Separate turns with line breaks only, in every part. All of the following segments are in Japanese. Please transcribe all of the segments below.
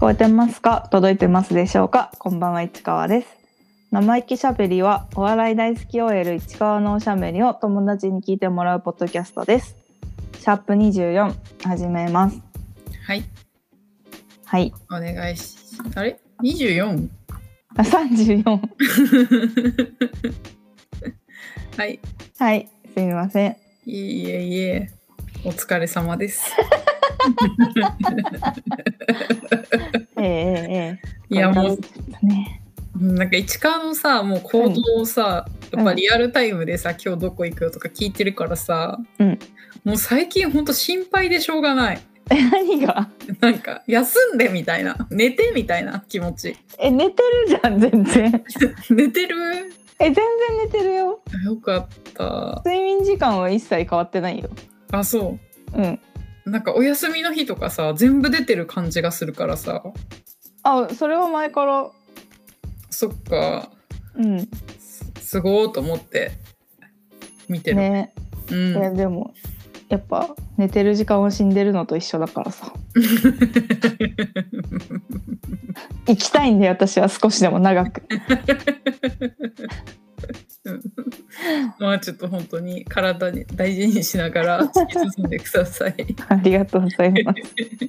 こえてますか届いてますでしょうかこんばんは市川です生意気しゃべりはお笑い大好き OL 市川のおしゃべりを友達に聞いてもらうポッドキャストですシャープ24始めます
はい、
はい
お願いし。あれ ?24?
あ34
はい、
はいすみません
いえいえいえ、お疲れ 様です。
ええええ
いや、
これから
も
ちょっとね
う、なんか市川のさ、もう行動をさ、
うん
やっぱリアルタイムでさ、今日どこ行くよとか聞いてるからさ、
うん
もう最近ほんと心配でしょうがない。
え何が
なんか、休んでみたいな、寝てみたいな気持ち。
え寝てるじゃん全然
寝てる
え全然寝てるよ
よかった。
睡眠時間は一切変わってないよ
あ、そう。
うん
なんかお休みの日とかさ、全部出てる感じがするからさ、
あそれは前から
そっか。
うん
すすごーと思って見てる、
ね
う
いや
ん、
でもやっぱ寝てる時間は死んでるのと一緒だからさ行きたいんで私は少しでも長 く
まあちょっと本当に体に大事にしながら突き進んでください
ありがとうござい ますい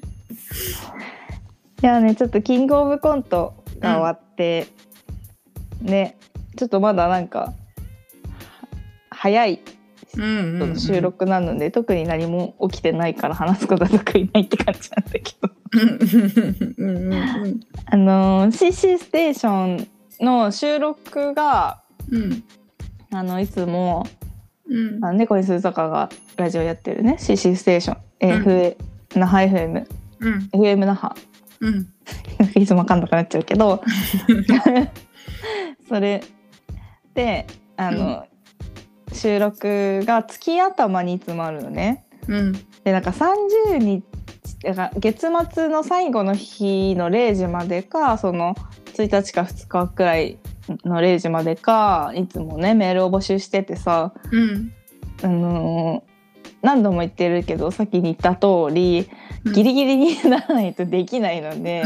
やねちょっとキングオブコントが終わって、ねちょっとまだなんかは早い
うんうん、うん、
収録なので、特に何も起きてないから話すことは特にないって感じなんだけ ど
うんうんうんうん
あのー CC ステーションの収録が
うん
あのいつも
うん
あ猫に鈴坂がラジオやってるね CC ステーション
ん
FA 那覇 FM FM 那覇
うん
いつもわかんなくなっちゃうけどそれであの、収録が月頭にいつもあるのね
うん
でなんか30日だから月末の最後の日の0時までかその1日か2日くらいの0時までかいつもねメールを募集しててさ、
うん
あのー何度も言ってるけど先に言った通りギリギリにならないとできないので、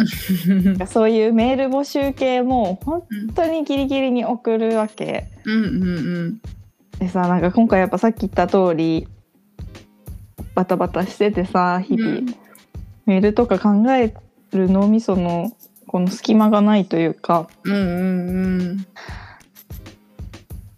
うん
なんかそういうメール募集系も本当にギリギリに送るわけ
うんうん
でさなんか今回やっぱさっき言った通りバタバタしててさ日々、
うん
メールとか考える脳みそのこの隙間がないというか
うんうん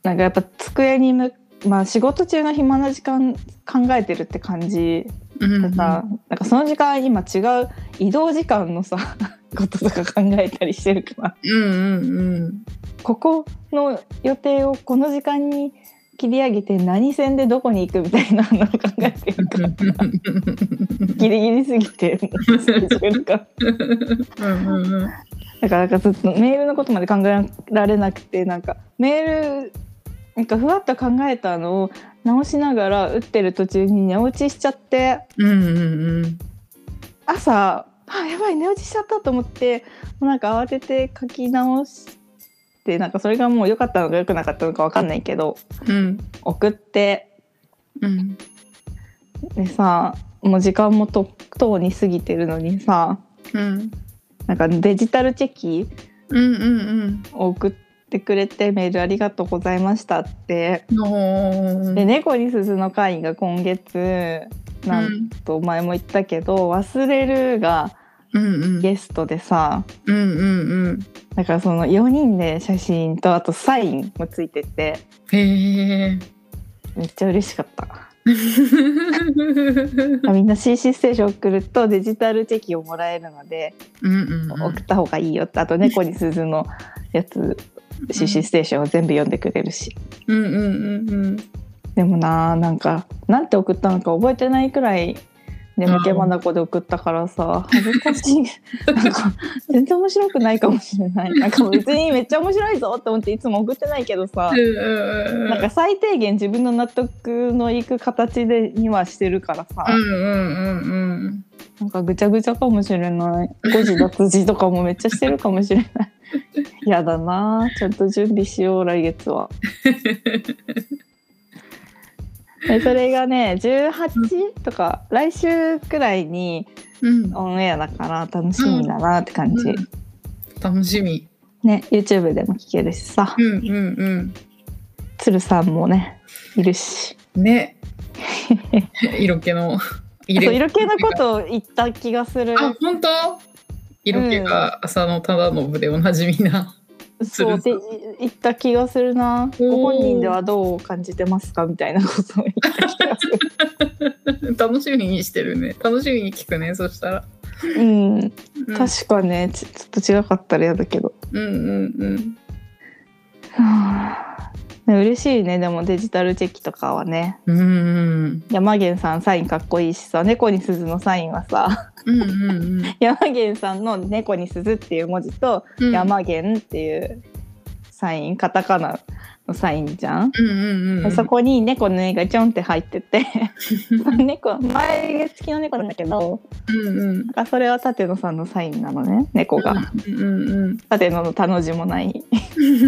なんかやっぱ机にむまあ仕事中の暇な時間考えてるって感じ
うんう
で
ん
さ、なんかその時間今違う移動時間のさ こととか考えたりしてるから
うんうん
ここの予定をこの時間に切り上げて何線でどこに行くみたいなのを考えてるからギリギリすぎてスケジュールが
うん
だからなんかずっとメールのことまで考えられなくてなんかメールなんかふわっと考えたのを直しながら打ってる途中に寝落ちしちゃって。
うんうん
朝あやばい寝落ちしちゃったと思ってもうなんか慌てて書き直してなんかそれがもう良かったのか良くなかったのか分かんないけど
うん
送って
うん
でさもう時間もととうに過ぎてるのにさ
うん
なんかデジタルチェキ
うんうん
を送ってくれてメールありがとうございましたって
うん。おー
で猫に鈴の会が今月なんと前も言ったけど「忘れる」が
うんうんうん
ゲストでさ
うんうんうん。
だからその4人で写真とあとサインもついてて
へえ。
めっちゃ嬉しか ったみんな CC ステーション送るとデジタルチェキをもらえるので
うんうんうん。
送った方がいいよってあと猫に鈴のやつ CC ステーションを全部読んでくれるし
うんうんうんうん。
でもななんかなんて送ったのか覚えてないくらい眠気まなこで送ったからさ恥ずかしい なんか全然面白くないかもしれないなんか別にめっちゃ面白いぞって思っていつも送ってないけどさ
うん
なんか最低限自分の納得のいく形でにはしてるからさ、
うんうん
なんかぐちゃぐちゃかもしれない誤字脱字とかもめっちゃしてるかもしれない やだなあちゃんと準備しよう来月はでそれがね18とか来週くらいに
うん
オンエアだから楽しみだなって感じ、
うん楽しみ。
ね YouTube でも聞けるしさ
うんうん
鶴さんもねいるし
うん。ね。色気の。入れ
そう色系のことを言った気がする
あ、本当。色気が浅野忠信でおなじみな。
そうって
鶴
言った気がするな
おー
ご本人ではどう感じてますかみたいなことを言った気がする
楽しみにしてるね。楽しみに聞くね。そしたら。
うん
うん、
確かねちちょっと違かったら嫌だけど
うんうんうん。
はあね嬉しいねでもデジタルチェキとかはね
うんうん
山源さんサインかっこいいしさ「猫に鈴」のサインはさ
うんうん
山源さんの「猫に鈴」っていう文字と
う
「
ん。
山源」っていうサインカタカナのサインじゃん。
うんうんうん。
そこに猫の絵がちょんって入って て猫前付きの猫なんだけど
うんうん。
あそれは舘野さんのサインなのね猫が
うんうん
舘野の「たの字」もない
う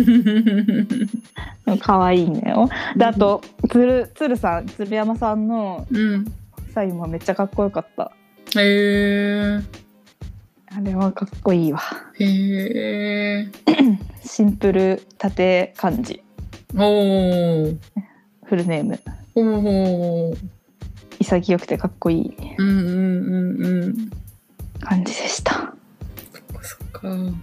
ん。
可愛いんだよ。であと鶴鶴さん鶴山さんの
うん。
サインもめっちゃかっこよかった。
へえ
あれはかっこいいわ。
ー。へえ
シンプル縦漢字
ー。おー。
フルネーム
おー。
潔くてかっこいい
うんうんうんうん。
感じでした。
そっか。うん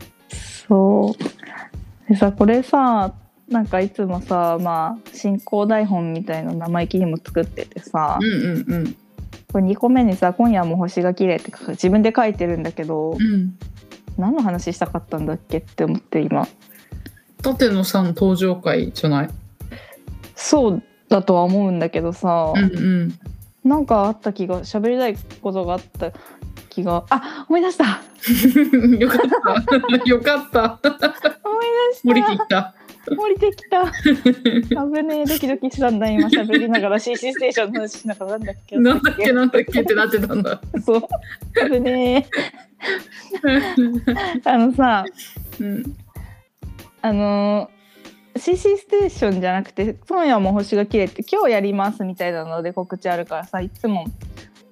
そうでさこれさなんかいつもさまあ進行台本みたいな生意気にも作っててさ、
うんうん。
これ2個目にさ「今夜も星が綺麗って書く自分で書いてるんだけど、
うん。
何の話したかったんだっけって思って今
舘野さん登場会じゃない。
そうだとは思うんだけどさ、
うんうん。
なんかあった気が喋りたいことがあった気があ思い出した
よかった。よかった。
思い
盛り
出
切
し
った。
た降りてきた危ねえドキドキしたんだ今喋りながら CC ステーションの話しながらなんだっけ
なんだっけなんだっけってなってたんだ。
そう危ねえあのさ
うん。
あのー CC ステーションじゃなくて「今夜も星が綺麗って今日やりますみたいなので告知あるからさいつも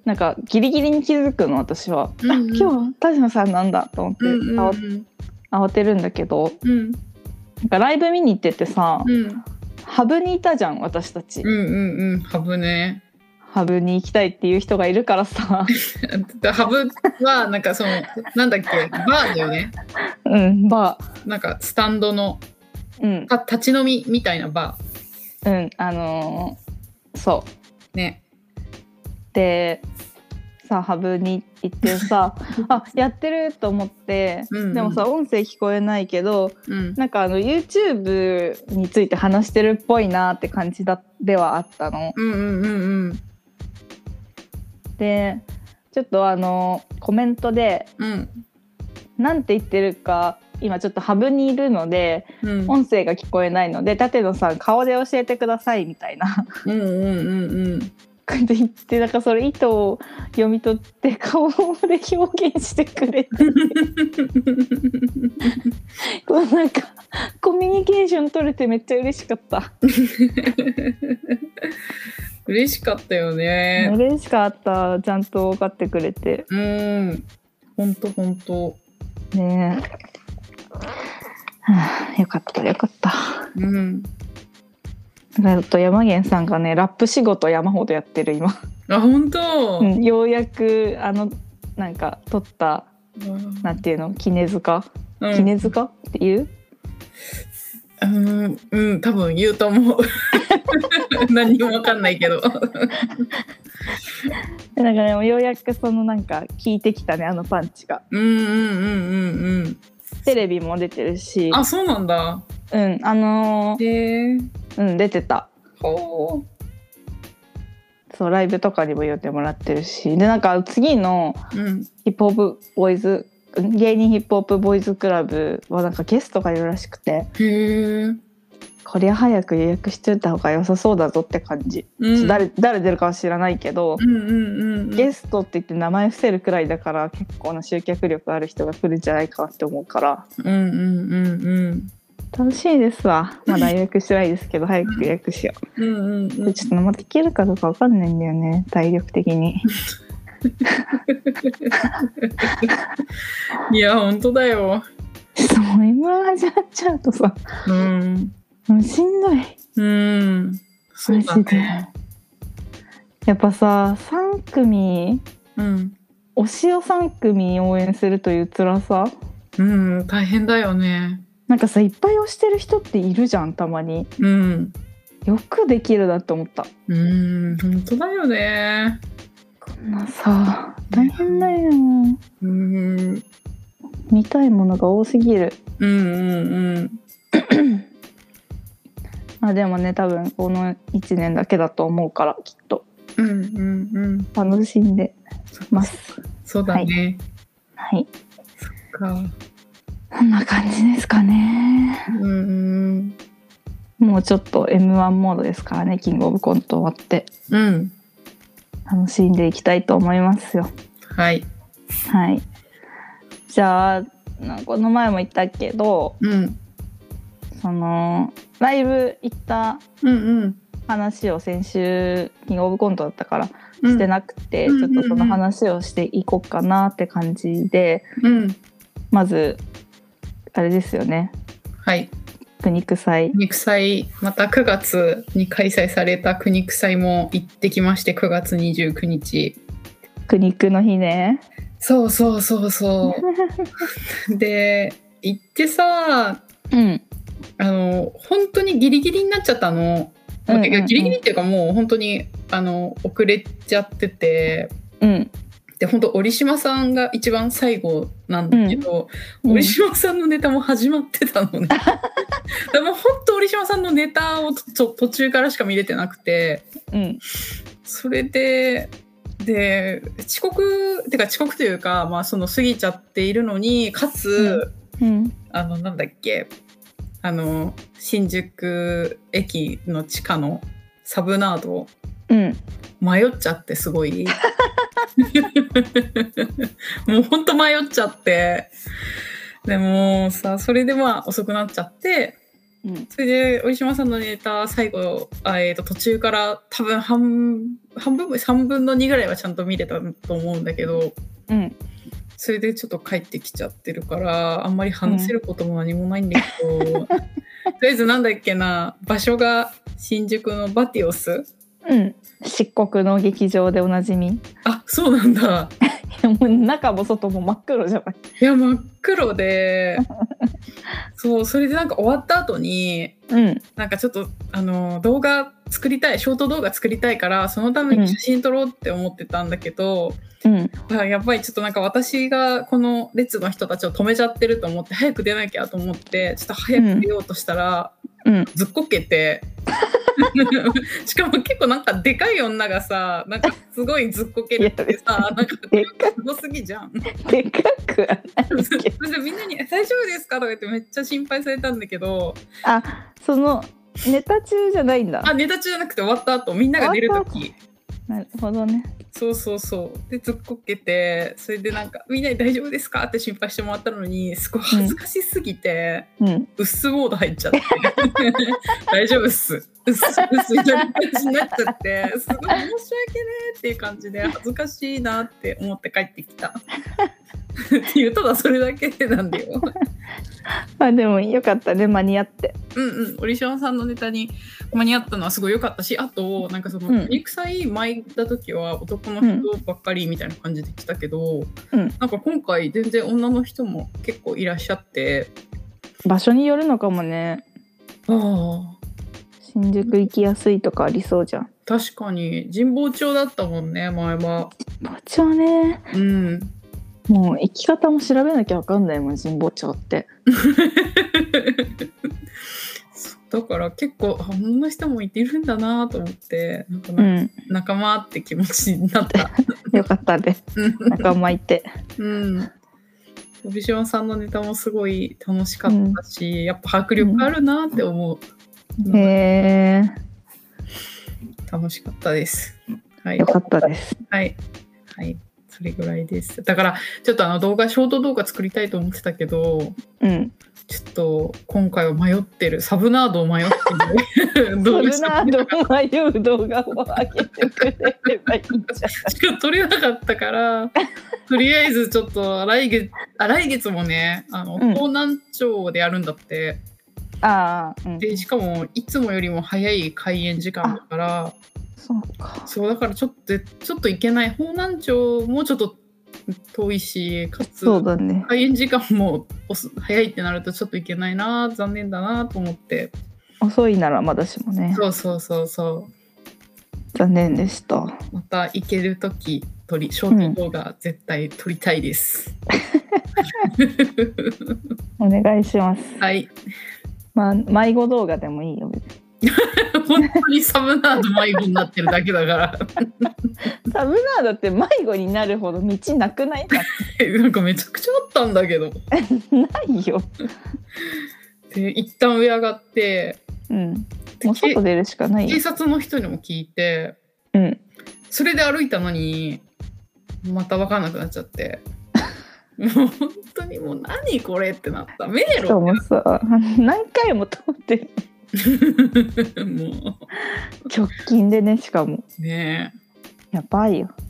なんかギリギリに気づくの私は、
うん
あ
うん
今日田島さんなんだと思って
うんうん
慌,、慌てるんだけど
うん。
なんかライブ見に行っててさ、
うん。
ハブにいたじゃん私たち、
うんうんうん。ハブね。
ハブに行きたいっていう人がいるからさ
ハブはなんかそのなんだっけバーだよね
うんバー
なんかスタンドの
うん
た立ち飲みみたいなバー
うんあのーそう
ね
でさハブに行って さあやってると思って、
うんうん
でもさ音声聞こえないけど
うん
なんかあの YouTube について話してるっぽいなって感じだではあったの。
うんうんうん
でちょっとあのコメントで
うん
何て言ってるか今ちょっとハブにいるので
うん
音声が聞こえないので舘野さん顔で教えてくださいみたいな
うんうんうんうん
こうやって言ってなんかそれ意図を読み取って顔で表現してくれてこうなんかコミュニケーション取れてめっちゃ嬉しかった、
嬉しかったよね
嬉しかったちゃんと分かってくれて
うんほんとほんと
ねえはあよかったよかった
うん
なんかあと山源さんがねラップ仕事山ほどやってる今、
あ本当、
う
うん
んようやくあのなんか撮ったなんていうの絹塚
うん
絹塚っていう
うん、うん、多分言うと思う 何にもわかんないけど
でなんかねようやくそのなんか聞いてきたねあのパンチが
うんうんうんうんうん
テレビも出てるし
あそうなんだ
うんあのー
へえ。
うん出てた
ほ
そうライブとかにも呼んでもらってるしでなんか次の
う。うん。
ヒップホップボーイズん芸人ヒップホップボーイズクラブはなんかゲストがいるらしくて
へえ。
こりゃ早く予約しといた方が良さそうだぞって感じ、
うん。
誰誰出るかは知らないけど、
うんうんうんうん。
ゲストって言って名前伏せるくらいだから結構な集客力ある人が来るんじゃないかって思うから
うんうんうんうん。
楽しいですわまだ予約してないですけど早く予約しよ
うんうん
う
う
で
ん
ちょっとまた聞けるかどうかわかんないんだよね体力的に
いや本当だよ
ちょっともう M1 始まっちゃうとさ
うん
もうしんどい
うんそうだ
マジで
ね
やっぱさ3組
うん
推しを3組応援するという辛さ
うん大変だよね
なんかさいっぱい推してる人っているじゃんたまに
うん
よくできるなって思った
うん本当だよね
こんなさ大変だよ
うん
見たいものが多すぎる
うんうんうん
まあでもね多分この1年だけだと思うからきっと
うんうんうん
楽しんでます
そうだね、
はい
か
こんな感じですかね
うんうん
もうちょっと m 1モードですからねキングオブコント終わって
うん
楽しんでいきたいと思いますよ
はい
はいじゃあなこの前も言ったけど
うん
そのライブ行った
うんうん
話を先週キングオブコントだったから
うん
してなくて、
うん
ちょっとそ
うん
の
うんうん
話をしていこうかなって感じで
うん
まずあれですよね
はい
国臭祭
国祭また9月に開催された国祭も行ってきまして9月29日
苦肉の日ね
そうそうそうそ うで行ってさ
うん
あの本当にギリギリになっちゃったの、
うんうんうん
てかギリギリっていうかもう本当にあの遅れちゃってて
うん
で本当折島さんが一番最後なんだけど、折島さんのネタも始まって たのねでも本当折島さんのネタをちょ途中からしか見れてなくて
うん
それでで遅刻てか遅刻というか、まあ、その過ぎちゃっているのにかつ、
うん
あのなんだっけあの新宿駅の地下のサブナード
うん
迷っちゃってすごい もうほんと迷っちゃってでもさそれでまあ遅くなっちゃって
うん
それで折島さんのネタ最後あ、えー、と途中から多分半半分3分の2ぐらいはちゃんと見れたと思うんだけど
うん
それでちょっと帰ってきちゃってるからあんまり話せることも何もないんだけど、とりあえずなんだっけな場所が新宿のバティオス
うん漆黒の劇場でおなじみ
あそうなんだ
もう中も外も真っ黒じゃない
いや真っ 黒でそうそれでなんか終わった後に
うん
なんかちょっとあの動画作りたいショート動画作りたいからそのため
うん
に写真撮ろうって思ってたんだけど、
うん
あやっぱりちょっとなんか私がこの列の人たちを止めちゃってると思って早く出なきゃと思ってちょっと早く出ようとしたら、
うん
ずっこ けて。しかも結構なんかでかい女がさなんかすごいずっこけるってさなんか
でか
すごすぎじゃん。
でかくはないけど
それで みんなに「え大丈夫ですか?」とか言ってめっちゃ心配されたんだけど
あそのネタ中じゃないんだ
あネタ中じゃなくて終わった後みんなが出る時
なるほどね
そうそうそうでずっこけてそれでなんか「みんなに大丈夫ですか?」って心配してもらったのにすごい恥ずかしすぎて、
うん
うっすモード入っち ゃって「大丈夫っす」うっすうっすみたいな感じになっちゃってすごい申し訳ねえっていう感じで恥ずかしいなって思って帰って きたっていうただそれだけなんだよ。
まあでもよかったね間に合って
うんうん、折島さんのネタに間に合ったのはすごい良かったしあとなんかその
うん
肉祭前行った時は男の人ばっかりみたいな感じで来たけど、
うん
なんか今回全然女の人も結構いらっしゃって
場所によるのかもね
ああ
新宿行きやすいとかありそうじゃん
確かに神保町だったもんね前は
神保町ね
うん
もう行き方も調べなきゃわかんないもん神保町って
だから結構あ女の人もいているんだなと思ってなんか
う
なん仲間って気持ちになった。
よかったで
うん
仲間いて
うん。ビシオンさんのネタもすごい楽しかったし、やっぱ迫力あるなって思う。
へえ
楽しかったです。はい
よ。かったです
はい。はい。それぐらいです。だから、ちょっとあの動画、ショート動画作りたいと思ってたけど、
うん。
ちょっと今回は迷ってる、サブナードを迷って
サ
る動
ブ
画し
ナ
か
ードを迷う動画を上げてくれればいいんじゃ
しか撮れなかったから、とりあえずちょっと来月、あ来月もね、あの、
うん
東南町でやるんだって。
ない。ああ、うん。
で、しかも、いつもよりも早い開演時間だから、
そうか。
そうだからちょっとちょっと行けない方南町もちょっと遠いしかつ
そうだね。
開演時間も遅早いってなるとちょっと行けないな残念だなと思って
遅いならまだしもね。
そうそうそうそ
残念でした。
うまた行ける時撮りショート動画絶対撮りたいです、
お願いします。
はい
まあ、迷子動画でもいいよ。別に
本当にサブナード迷子になってるだけだから
サブナードって迷子になるほど道なくないな
なんかめちゃくちゃあったんだけど
ないよ。
で一旦上上がって
うん。
で
もう外出るしかない
警
よ。
察の人にも聞いて
うん。
それで歩いたのにまた分かんなくなっちゃってもう本当にもう何これってなった迷
しか
路
もさ、 何回も通ってる
って も
直近でね、しかも。
うね
やばいよ。
え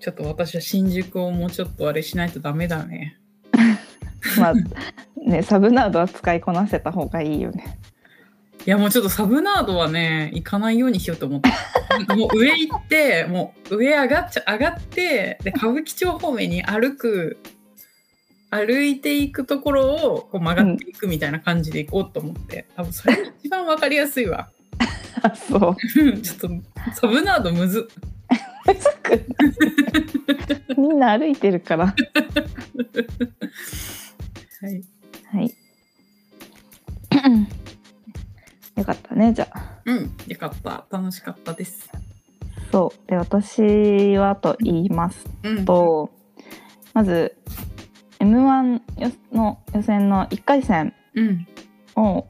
ちょっと私は新宿をもうちょっとあれしないとダメだね
まあ、ね、サブナードは使いこなせた方がいいよね。
いやもうちょっとサブナードはね行かないようにしようと思った もう上行ってもう上上がっちゃ上がってで歌舞伎町方面に歩く歩いていくところをこう曲がっていくみたいな感じで行こうと思って、多分それが一番分かりやすいわ
あ、そう。
うんちょっとサブナードむずっ
みんな歩いてるから。
はい、
はい。 よかったね、じゃあ。
うん、よかった楽しかったです
そう。で、私はと言います
うん
と、まず、M1 よの予選の1回戦
うん
を、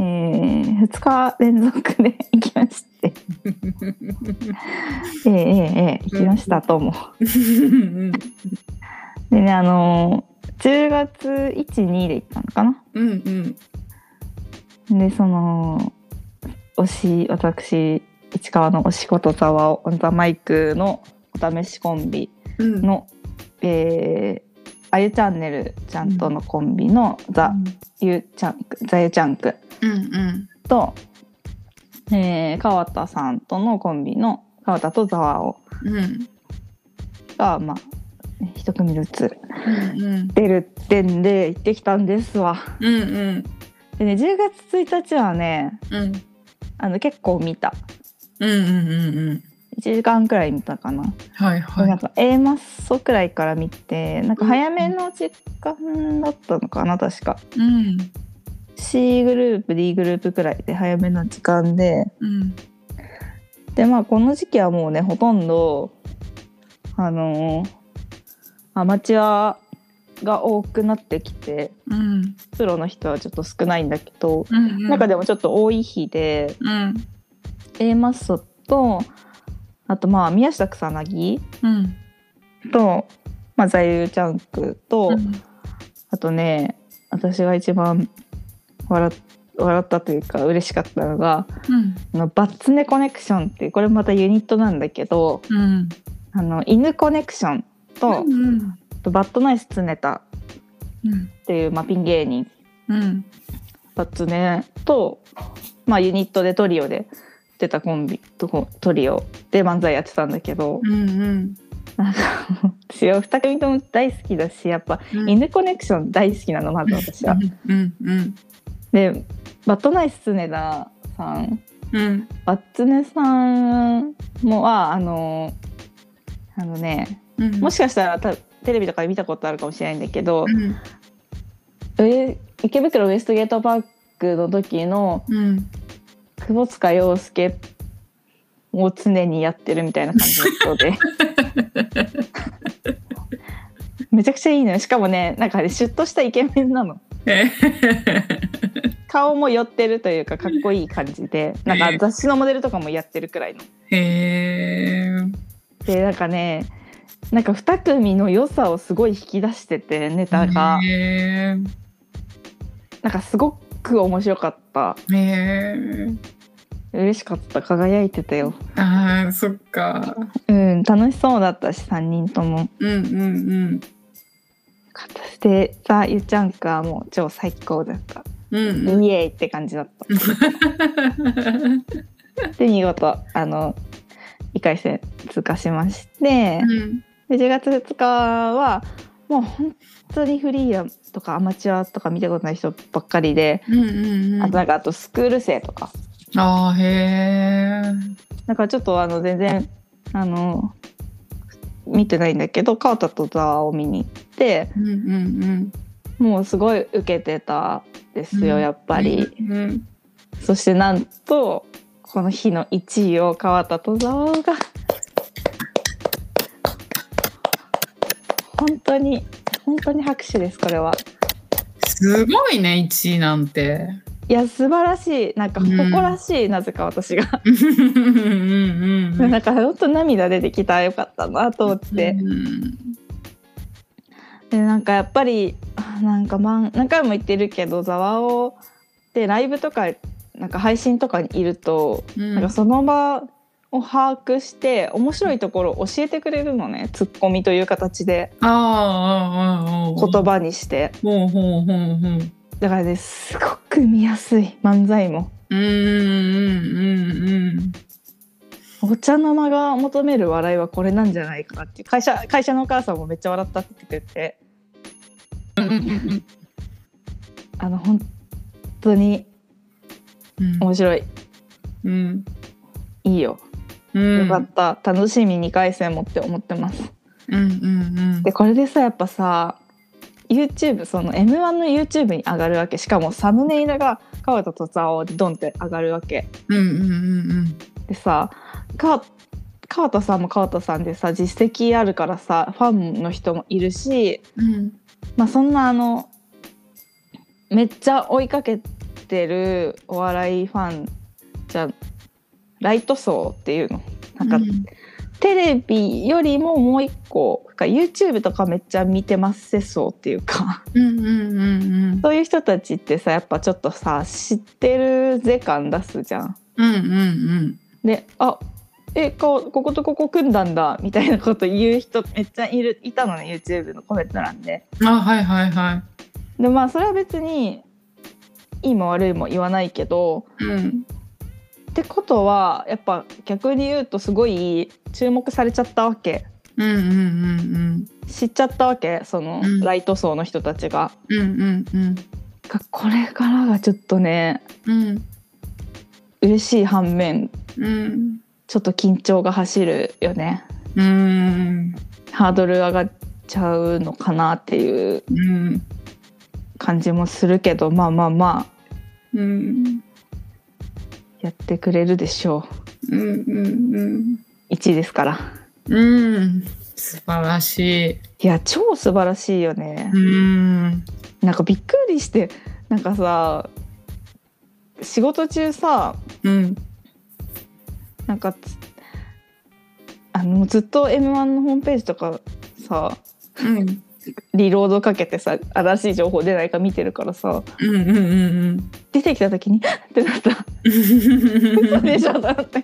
え2日連続で行きまして、ええええええ行きましたとも。
うん
でね、あのー10月1、2で行ったのかな。
うんうん
でその推し私市川のお仕事ざわオンザマイクのお試しコンビ
うん
の、えーあゆチャンネルちゃんとのコンビの、ザゆちゃんくザゆちゃんくん
うんうん
と、えー川田さんとのコンビの川田とざわお
うん
がまあね一組ずつ
うん
出るってんで行ってきたんですわ。
うんうん
でね10月1日はね
うん
あの結構見た
うんうんうんうん
1時間くらい見たかな。
はいは
なん
い
か A マッソくらいから見てなんか早めの時間だったのかな確か
うん
C グループ D グループくらいで早めの時間で
うん
でまあこの時期はもうねほとんどあのーアマチュアが多くなってきて
うん
プロの人はちょっと少ないんだけど、
うん
なんかでもちょっと多い日で
うん
A マッソとあとまあ宮下草薙
うん
と、まあ、座右チャンクと。
うん
あとね私が一番笑っ笑ったというか嬉しかったのが
うん
あのバッツネコネクションっていうこれまたユニットなんだけど
うん
あの犬コネクションと,、
うん
とバッドナイスツネタ
うん
っていう、まあ、ピン芸人
うん
バッツネと、まあ、ユニットでトリオで出たコンビとこトリオで漫才やってたんだけど
うん
なんか私は2組とも大好きだしやっぱ
うん
犬コネクション大好きなのまず私は。
うんうん
でバッドナイスツネタさん
うん
バッツネさんもはあのあのね
うん
もしかしたらたテレビとかで見たことあるかもしれないんだけど
う、ん
上池袋ウエストゲートパークの時の
うん
窪塚洋介を常にやってるみたいな感じの人でめちゃくちゃいいのよしかもねなんかねシュッとしたイケメンなの
え
顔も寄ってるというかかっこいい感じでなんか雑誌のモデルとかもやってるくらいの
へえ。
でなんかねなんか2組の良さをすごい引き出しててネタが、
へ
なんかすごく面白かった
え。へえ。
嬉しかった輝いてたよ
ああ、そっか。
うん楽しそうだったし3人とも
うんうん
そしてザ・ゆちゃんかもう超最高だった、
うん。うんうん。
イエーイって感じだったで見事あの1回戦通過しまして、
うん
で10月2日はもう本当にフリーやとかアマチュアとか見たことない人ばっかりで、
うんうんう
あ
ん
と。なんかあとスクール生とか
ああ、へえ。
なんかちょっとあの全然あの見てないんだけど川田とザを見に行って
うんうんうん。
もうすごい受けてたですよ、
うん
やっぱり、
うん。
そしてなんとこの日の1位を川田とザオが本当に本当に拍手ですこれは
すごいね、1位なんて。
いや素晴らしいなんか
うん
誇らしい、なぜか私が
うんうんうん。
なんかほんと涙出てきたよかったなと思って、
うん
でなんかやっぱりあなんかまん何回も言ってるけどザワオってライブとかなんか配信とかにいると、
うん
なんかその場を把握して面白いところを教えてくれるのねツッコミという形で
ああああああ
言葉にして、
ほうほうほうほう
だからねすごく見やすい漫才も
うんうんうん
お茶の間が求める笑いはこれなんじゃないかなっていう会社会社のお母さんもめっちゃ笑ったって言ってて
うん
あの本当に
うん
面白い
うん
いいよ
う
よ
ん
かった、楽しみ2回戦もって思ってます
うんうん
でこれでさやっぱさ YouTube その m 1の YouTube に上がるわけしかもサムネイルが川田とざおでドンって上がるわけ
うんうんうんうん
でさか川田さんも川田さんでさ実績あるからさファンの人もいるし
うん
まあそんなあのめっちゃ追いかけてるお笑いファンじゃライト層っていうのなんか、テレビよりももう一個なんか YouTube とかめっちゃ見てます世相っていうか
うんうんうん
そういう人たちってさやっぱちょっとさ知ってるぜ感出すじゃん。
うんうんうん
であえここことここ組んだんだみたいなこと言う人めっちゃいるいたのね YouTube のコメント欄で。
うんあはいはいは
でまあそれは別にいいも悪いも言わないけど
いうん
ってことはやっぱ逆に言うとすごい注目されちゃったわけ
うんうんうん
知っちゃったわけその
うん
ライト層の人たちが。
うんうんうんうん
がこれからがちょっとね
うん
嬉しい反面
うん
ちょっと緊張が走るよね
うん
ハードル上がっちゃうのかなっていう
うん
感じもするけどまあまあまあ
うん
やってくれるでしょ
うんうんうん
う1位ですから
うん素晴らしい
いや超素晴らしいよね
うん
なんかびっくりしてなんかさ仕事中さ
うん
なんかつあのずっと m 1のホームページとかさ
うん
リロードかけてさ新しい情報出ないか見てるからさ
うんうんうんうん
出てきた時に ってなった 嘘で
い
しょだって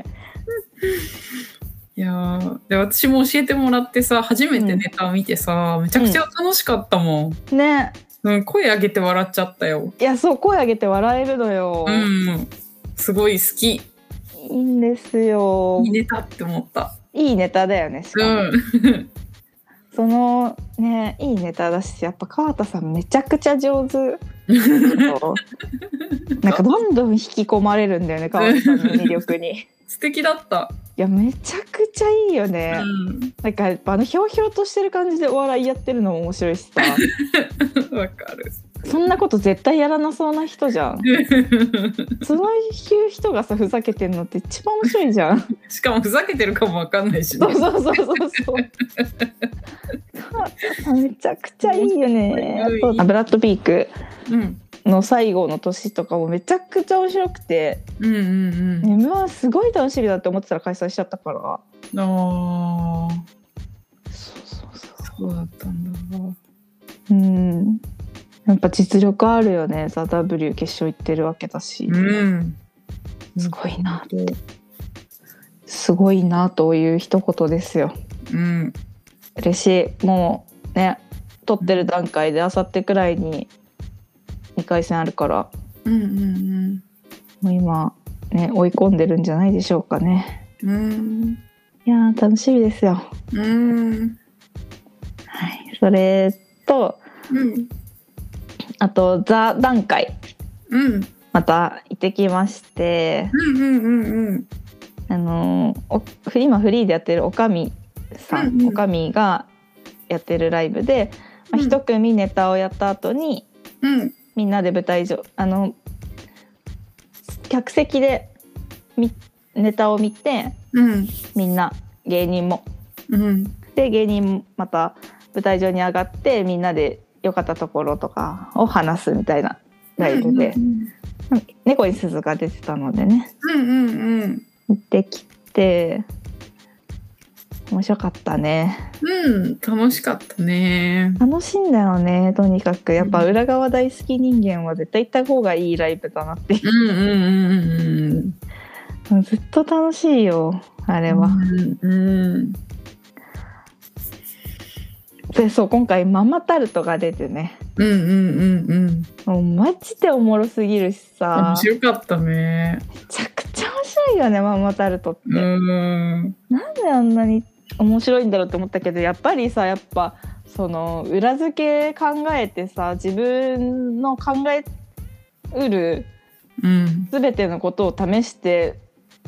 やーで私も教えてもらってさ初めてネタを見てさ、めちゃくちゃ楽しかったもん、
ね
うん、声上げて笑っちゃったよ、
いやそう声上げて笑えるのよ、
うん、すごい好きい
いいんですよ
いネタって思った
いいネタだよねし
う
かも、
ん
そのねいいネタだしやっぱ川田さんめちゃくちゃ上 手なんかどんどん引き込まれるんだよね川田さんの魅力 にい
素敵だった、
やめちゃくちゃいいよ
う
ね、
ん、
なんかやっぱあのひょうひょうとしてる感じでお笑いやってるのも面白いしさ
わかる
そんなこと絶対やらなそうな人じ ゃんそのいう人がさふざけてんのって一番面白いじゃん
しかもふざけてるかもわかんないしね
そうそうそうそうそうめちゃくちゃいいよねあ
面白い
とあブラッドピーク
うん
の最後の年とかもめちゃくちゃ面白くて
うんうんうん
m 1すごい楽しみだって思ってたら開催しちゃったから
あー
そうそぱ実力あるよね「ザ・ w 決勝行ってるわけだし、
うん。
すごいなすごいなという一言ですよ
うん。
嬉しいもうね撮ってる段階であさってくらいに2回戦あるから
うんうん
もう今ね追い込んでるんじゃないでしょうかね
うん。うん。
いやー楽しみですよ
うん。
はいそれと
うん。
あとザ段階
うん。
また行ってきまして
うんうんうんうん。
あのーおフリ今フリーでやってるおかみさん、
うんうん
おかみがやってるライブで、まあ、
うん
一組ネタをやった後に、
うん。
みんなで舞台上あの客席でみネタを見て
うん。
みんな芸人も
うん。
で芸人もまた舞台上に上がってみんなで良かったところとかを話すみたいなライブで、
うん
猫に鈴が出てたのでね
うんうん。
行ってきて面白かったね。
うん。楽しかったね。
楽しいんだよねとにかくやっぱ裏側大好き人間は絶対行った方がいいライブだなって
うんうんうんうん。
ずっと楽しいよあれは、
うんうん。
でそう今回ママタルトが出てね
うんうんうんうん。
もうマジでおもろすぎるしさ
面白かったね。
めちゃくちゃ面白いよねママタルトって、
うん。
なんであんなに面白いんだろうって思ったけどやっぱりさやっぱその裏付け考えてさ自分の考えうる
うん。
全てのことを試して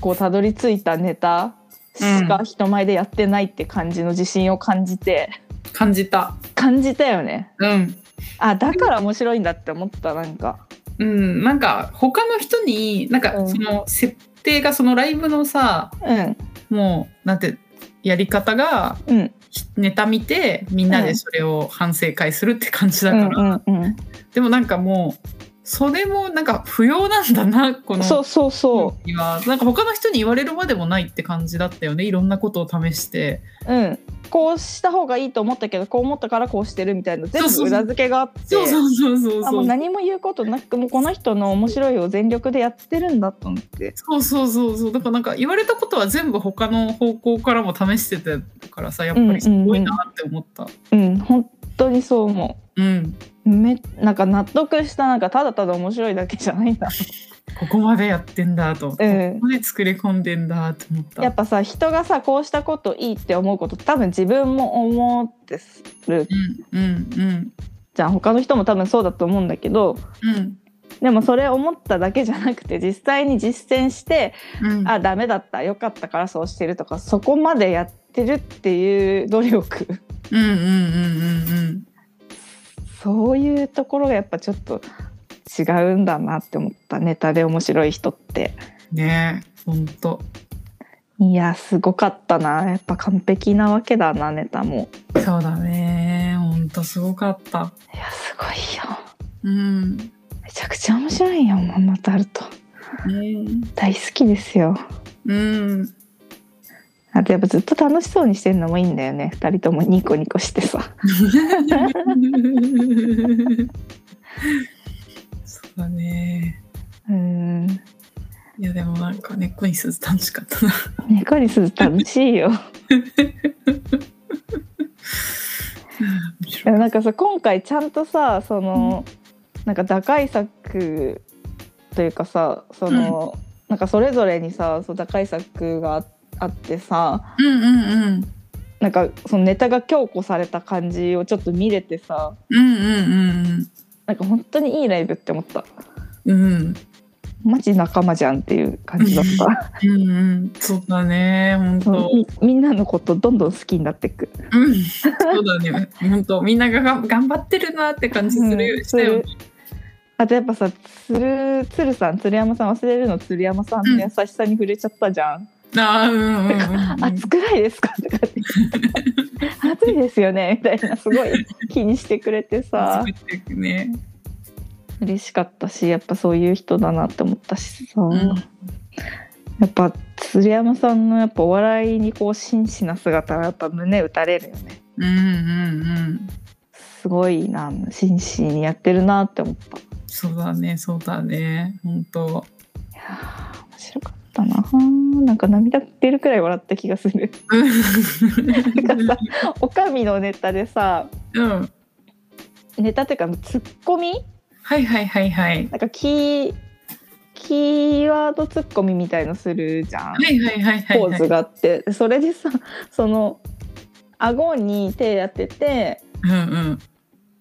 こうたどり着いたネタしか人前でやってないって感じの自信を感じて、
感じた。
感じたよね
うん。
あだから面白いんだって思ったなんか
うん、なんか他の人になん
う
か
ん
その設定がそのライブのさ
うん
もうなんてやり方が
うん
ひネタ見てみんな
う
で
ん
それを反省会するって感じだ
う
から、
んうんうん
でもなんかもうそれもなんか不要なんだなこの
そうそう
空
そ
気はなんか他の人に言われるまでもないって感じだったよねいろんなことを試して
ううんこうした方がいいと思ったけどこう思ったからこうしてるみたいな全
そうそう
部
そう
裏付けがあって
そうそうそうそう
あも
そうう
何も言うことなくもうこの人の面白いを全力でやってるんだと思って
そうそうそうそうだからなんか言われたことは全部他の方向からも試してたからさやっぱりすごいなって思った。
うん本当にそう思う。
うん
めなんか納得したなんかただただ面白いだけじゃないんだ、
ここまでやってんだと、
うん
こ、こまで作り込んでんだと思った
やっぱさ人がさこうしたこといいって思うこと多分自分も思ってする
うんうん
じゃん他の人も多分そうだと思うんだけど
うん
でもそれ思っただけじゃなくて実際に実践して
うんうん
あダメだったよかったからそうしてるとかそこまでやってるっていう努力
うんうんうんうん
そういうところがやっぱちょっと違うんだなって思ったネタで面白い人って。
うんねえほんと
いやすごかったなやっぱ完璧なわけだなネタも
そうだねほんとすごかった
いやすごいよ
うんね
めちゃくちゃ面白いよママタルト
え
大好きですよ
うん
あとやっぱずっと楽しそうにしてるのもいいんだよね二人ともニコニコしてさ
そうだね
うーん
いやでもなんか猫に鈴楽しかったな
猫にすず楽しいよ
面白
で
い
もなんかさ今回ちゃんとさその、なんか打開策というかさその、なんかそれぞれにさそう打開策がああってさ、
うんうんうん
なんかそのネタが強固された感じをちょっと見れてさ
うんうん
なんか本当にいいライブって思った
うんうん
マジ仲間じゃんっていう感じだった
うんうん、そうだね、本
そう
当。
みみんなのことどんどん好きになっていく
うん、そうだね、本当、みんながが頑張ってるなって感じするよ、
うん
したよね。
あとやっぱさ鶴鶴さん鶴山さん忘れるの鶴山さんの優しさに触れちゃったじゃん
ああ、うんうんうんう
「
ん。
暑くないですか?」とかって「暑いですよね」みたいなすごい気にしてくれてさ
作っていくね。
嬉しかったしやっぱそういう人だなって思ったしさ、
ん
やっぱ鶴山さんのやっぱお笑いにこう真摯な姿はやっぱ胸打たれるよね
うんうん
すすごいな真摯にやってるなって思ったい
そうだねそうだね本当
やー面白かったななんか涙出るくらい笑った気がするなん かさおかみのネタでさ
うん
ネタっていうかツッコミ
はいはいはいはい
なんかキーキーワードツッコミみたいのするじゃん
はいはいはいはい
ポ
はい
ーズがあってそれでさその顎に手当てて
うんうん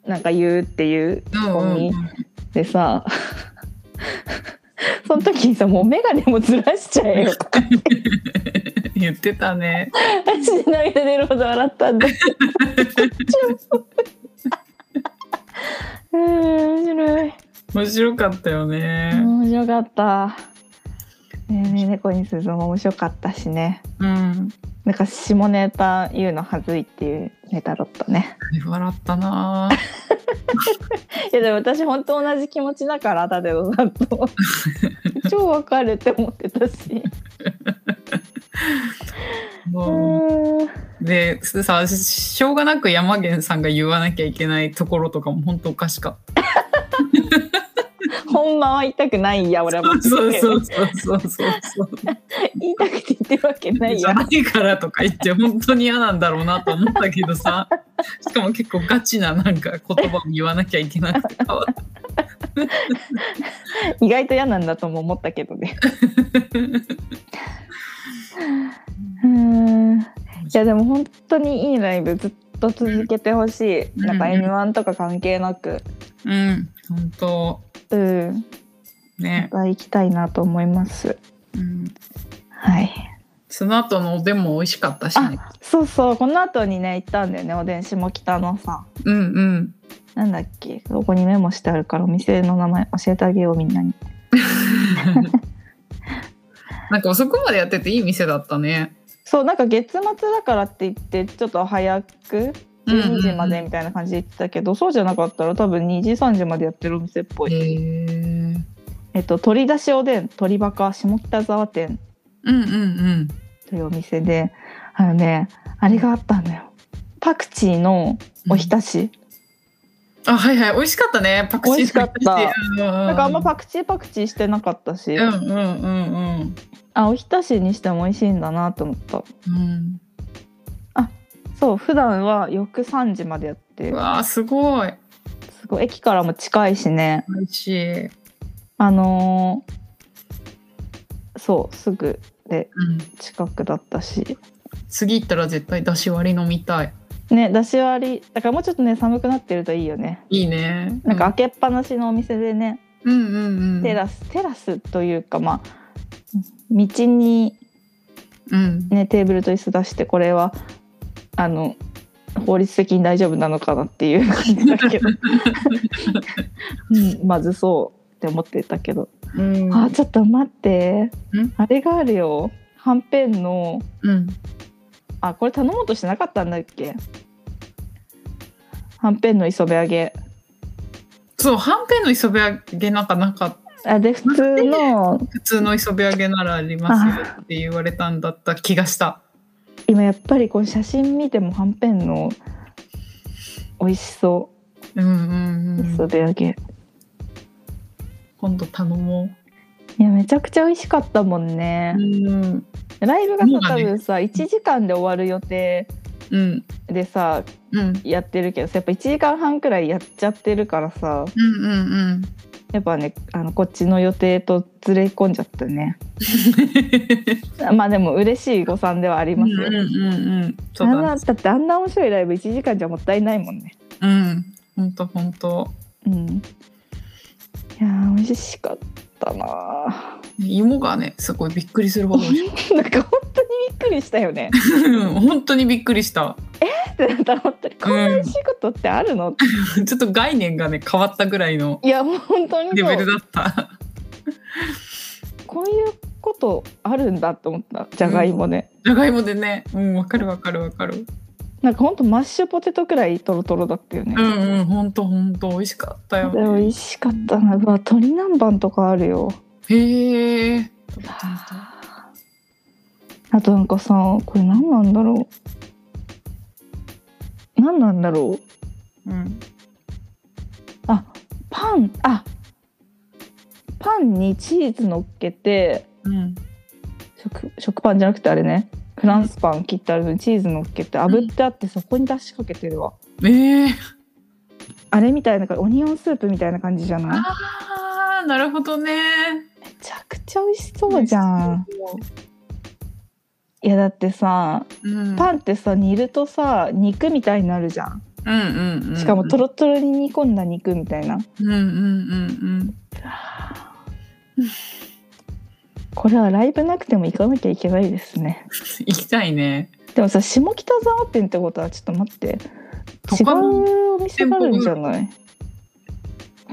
なんか言うっていうツッ
う
コ
んうん
ミでさ その時にさもう眼鏡もずらしちゃえよとか
言ってたね
マジで涙出るほど笑った んだけど面白い
面白かったよね
面白かった。ねえねえ猫に鈴も面白かったしね
うん
なんか下ネタ言うのはずいっていうネタだったね
笑ったない
やでも私本当同じ気持ちだからだけどさん と超わかるって思ってたし
も
うん
うでさしょうがなく山源さんが言わなきゃいけないところとかも本当おかしかった
ほんまは言いたくないや俺は
そうそうそうそうそうそう
言いたくて言ってるわけない
じゃ
や
ないからとか言って本当に嫌なんだろうなと思ったけどさしかも結構ガチななんか言葉を言わなきゃいけなくて変わった
意外と嫌なんだとも思ったけどね うんいやでも本当にいいライブずっと続けてほしいなんか
うん
m 1とか関係なく
うん本当
うんま
ね、
た行きたいなと思います
うん、
はい
その後のおでんも美味しかったしね
あそうそうこの後にね行ったんだよねおでん下北のさ
うんうん
なんだっけここにメモしてあるからお店の名前教えてあげようみんなに
なんか遅くまでやってていい店だったね。
そうなんか月末だからって言ってちょっと早く12時までみたいな感じで言ってたけど、そうじゃなかったら多分2時3時までやってるお店っぽ
へ
い、
え。
えっと鶏出しおでん鶏バカ下北沢店
うんうんうん。
というお店であのねあれがあったんだよパクチーのおひたし、
あはいはい美味しかったねパクチー
美味しかった
うんうん
なんかあんまパクチーパクチーしてなかったし、
うんうんうんうん
あおひたしにしても美味しいんだなと思った
うん。
そう普段は翌3時までやって
うわあすごい
すごい駅からも近いしね
美味しい。うん
あのーそうすぐで近くだったし
次行ったら絶対出し割り飲みたい。
ね出し割りだからもうちょっとね寒くなってるといいよね
いいね。
なんか開けっぱなしのお店でね、
うんうんうん。
テラステラスというかまあ道に
うん。
ねテーブルと椅子出してこれはあの法律的に大丈夫なのかなって いう感じだけど、うん、まずそうって思ってたけど
うん。
あちょっと待って
ん
あれがあるよはんぺんの
うん。
あこれ頼もうとしてなかったんだっけはんぺんの磯辺揚げ
そうはんぺんの磯辺揚げなんかなかった。
あで普通の
普通の磯辺揚げならありますよって言われたんだった気がした。
今やっぱりこの写真見てもはんぺんの美味しそ
うんうん
う
うん
磯。辺揚げ、
今度頼も
いやめちゃくちゃ美味しかったもんね
う。う、ん。
ライブがさ
そうだ
多
ね
分さ1時間で終わる予定
うん。
でさ
うん。
やってるけどさやっぱ1時間半くらいやっちゃってるからさ
うんうんうん。
やっぱねあのこっちの予定とずれ込んじゃったねまあでも嬉しい誤算ではあり
う
ま
ん
すよ、
うんうんうん。そう
あ
だ
ん
ね。
なだってあんな面白いライブ1時間じゃもったいないもんね
うん。本当本当。
うんいやー美味しかったな
芋がねすごいびっくりするほど美味 しい。
ーなんか本当にびっくりしたよね
本当にびっくりした。
ってなったら本当にこんな美味しいことってあるの、って
ちょっと概念がね変わったぐらいの
いやもう本当に
レ
そ
ベル
う
だった。
こういうことあるんだって思ったじゃがいもで、
じゃがいもでね。うんわかるわかるわかる。
なんか本当マッシュポテトくらいトロトロだったよね、
うんうん本当本当美味しかったよ
でも美
ね。
味しかったなうわ鶏南蛮とかあるよ
へえ。
あとなんかさこれ何なんだろう何なんだろ
うん。
うパンあパンにチーズ乗っけて
うん。
食食パンじゃなくてあれねフランスパン切ってあるのにチーズ乗っけて炙ってあってそこに出しかけてるわ
ええ
あれみたいなオニオンスープみたいな感じじゃない
ああ、なるほどね。
めちゃくちゃ美味しそうじゃん。いやだってさ
うん。
パンってさ煮るとさ肉みたいになるじゃん
うんうんうん。
しかもとろとろに煮込んだ肉みたいな
うんうんうん うん。
これはライブなくても行かなきゃいけないですね
行きたいね。
でもさ下北沢店ってことはちょっと待って違
他の
うお店があるんじゃないや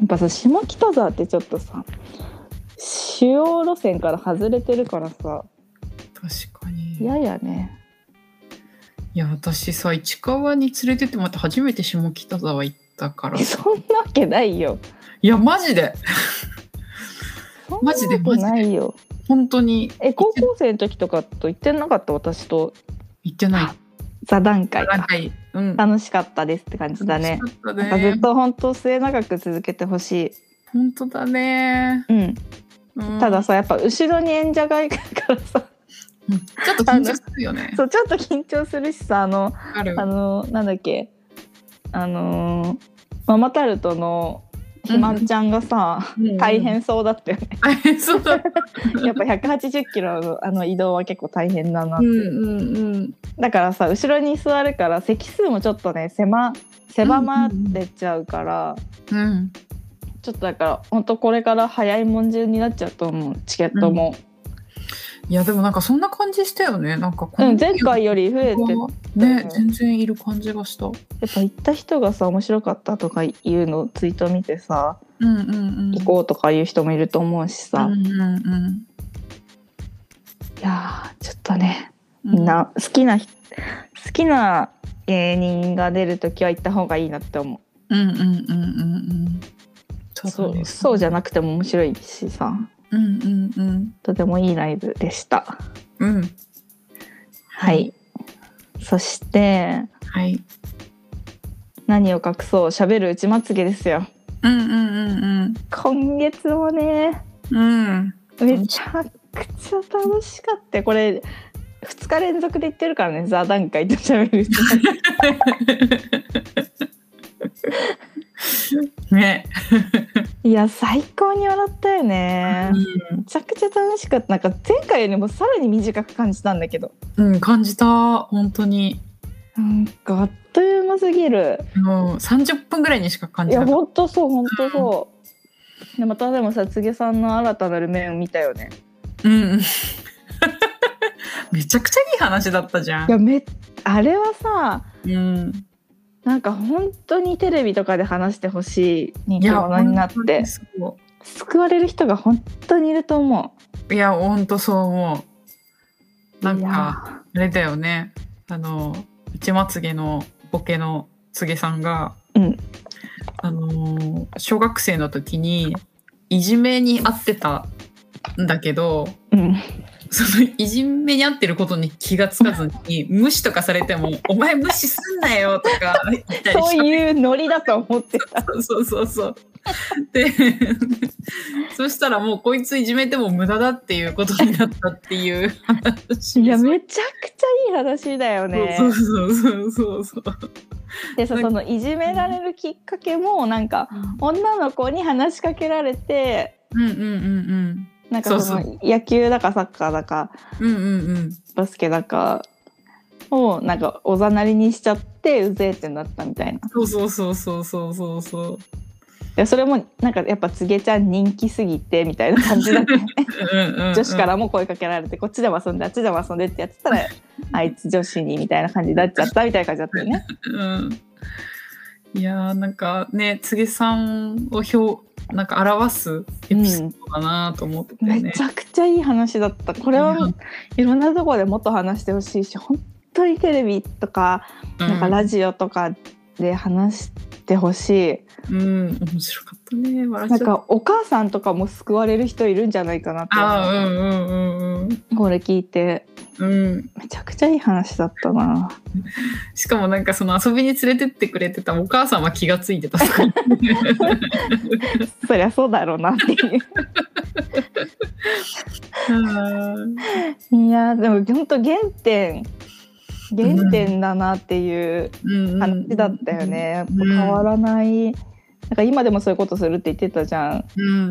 っぱさ下北沢ってちょっとさ主要路線から外れてるからさ
確かに。
ややね
いや私さ市川に連れてってもらって初めて下北沢行ったから い
そんなわけないよ
やマジで
そんな
マジで
わけないよ
本当に
え高校生の時とかと言ってなかった私と
行ってない
座談会
なん
か
かいうん
楽しかったですって感じだね
楽しかった
なんかずっ
ね
と本当末永く続けてほしい、
本当だね、
うん、
うん
たださやっぱ後ろに演者がいるからさ
うんちょっと緊張するよね
そうちょっと緊張するしさあの
わかる
あのなんだっけあのーママタルトのひまんちゃんがさ、大変そうだったよね、
大変そうだ
やっぱ180キロのあの移動は結構大変だな、
うんうんうん
だからさ後ろに座るから席数もちょっとね狭狭まってっちゃうから、
うん
ちょっとだからほんとこれから早いもん順になっちゃうと思うチケットも、
いやでもなんかそんな感じしたよねなんか
う
こ
ん
の
前回より増えてやっ
ね全然いる感じがした
ぱ行った人がさ面白かったとかいうのをツイート見てさ、
うんうんうん
行こうとかいう人もいると思うしさ、
う
い
んうん
やーちょっとね
うん
みんな好きな人好きな芸人が出るときは行った方がいいなって思
うんうんうんうんうん。
う
そ
そう
だ
う
ね
そうじゃなくても面白いしさ
うんうんうん。
とてもいいライブでした
うん。
はいそして
はい。
何を隠そう喋るうちまつげですよ
うんうん
今月もね
うんうん。うん。
めちゃくちゃ楽しかったよこれ2日連続で言ってるからね座談会と喋 るうちまつげ
ね。
いや最高に笑ったよね
う
めちゃくちゃ楽しかったなんか前回よりもさらに短く感じたんだけど
ん、うん、感じた本当に
なんかあっという間すぎる
もう30分ぐらいにしか感
い
じな
や
かった
ほんとそうほんとそうでまたでもさつげさんの新たなる面を見たよね
うん うんめちゃくちゃいい話だったじゃ
い
ん
やめあれはさ
うん
なんか本当にテレビとかで話してほしい人気者になっ
本当
て
にそ
救われる人が本当にいると思
ういや本当そう思う
う
なん
い
か
や
あれだよね。あの、内まつげのボケのつげさんが、
うん
あの、小学生の時に、いじめに遭ってたんだけど、
うん
そのいじめに遭ってることに気がつかず に、無視とかされても、お前無視すんなよとか言ったり
そ
し
ういうノリだと思ってた
そうそうそう。で、そしたらもうこいついじめても無駄だっていうことになったっていう話。
いやめちゃくちゃいい話だよね
そうそうそうそうそう。
でさ
なん
そ
か
のいじめられるきっかけもなんか
うん
女の子に話しかけられて
うんうんうん
なんかそ
そ
の野球だかサッカーだか
うんうんうん
バスケだかをなんかおざなりにしちゃってうぜえってなったみたいな
そうそうそうそうそうそうそう
でそれもなんかやっぱつげちゃん人気すぎてみたいな感じだっ たよね
うんうんうん
女子からも声かけられてこっちでも遊んであっちでも遊んでってやってたらあいつ女子にみたいな感じになっちゃったみたいな感じだったよね。
うんいやーなんかねつげさんを表なんか表すエピソードだなと思っててね、
めちゃくちゃいい話だったこれはもういろんなところでもっと話してほしいし本当にテレビとかなんかラジオとかで話してほしい、
うん、うん面白かっとね笑
なん
っちゃっ
かお母さんとかも救われる人いるんじゃないかなって
たあ
思
あうんうんうんうん
うこれ聞いて
うん
めちゃくちゃいい話だった な
しかもなんかその遊びに連れてってくれてたお母さんは気がつい てたとか
そりゃそうだろうなっていう
うん
いやでも本当原点原点だなっていう
うん
話だったよね、やっぱ
うん
変わらない、なんか今でもそういうことするって言ってたじゃん
うん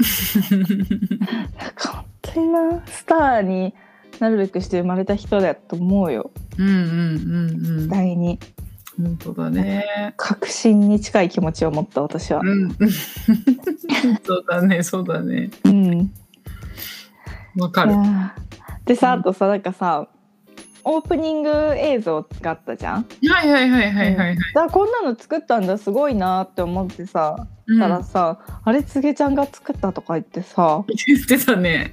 なんか本当になスターになるべくして生まれた人だと思うよ
うんうんうんうん
第に
本当だね
確信に近い気持ちを持った私は
うんそうだねそうだね
うんい
わかる
やーでさ
うん
あとさなんかさオープニング映像があったじゃん
はいはいはいはいはいはい
だからこんなの作ったんだすごいなって思ってさ
うん
たらさ、あれつげちゃんが作ったとか言って さ
言ってたね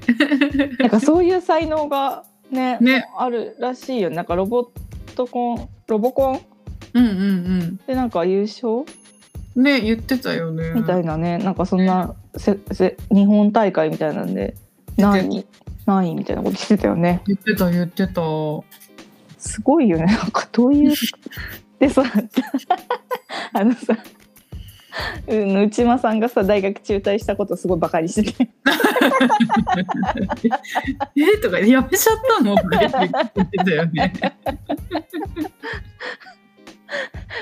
なんかそういう才能がね
ね
あるらしいよねなんかロボットコンロボコン
うんうん
でなんか優勝
うんね言ってたよね
みたいなねなんかそんなせせ日本大会みたいなんで何位何位みたいなことしてたよね
言ってた言ってた
すごいよねなんかどういう でさ あのさうん内間さんがさ大学中退したことすごいバカにしてて
えとかやめちゃったのとか言ってたよね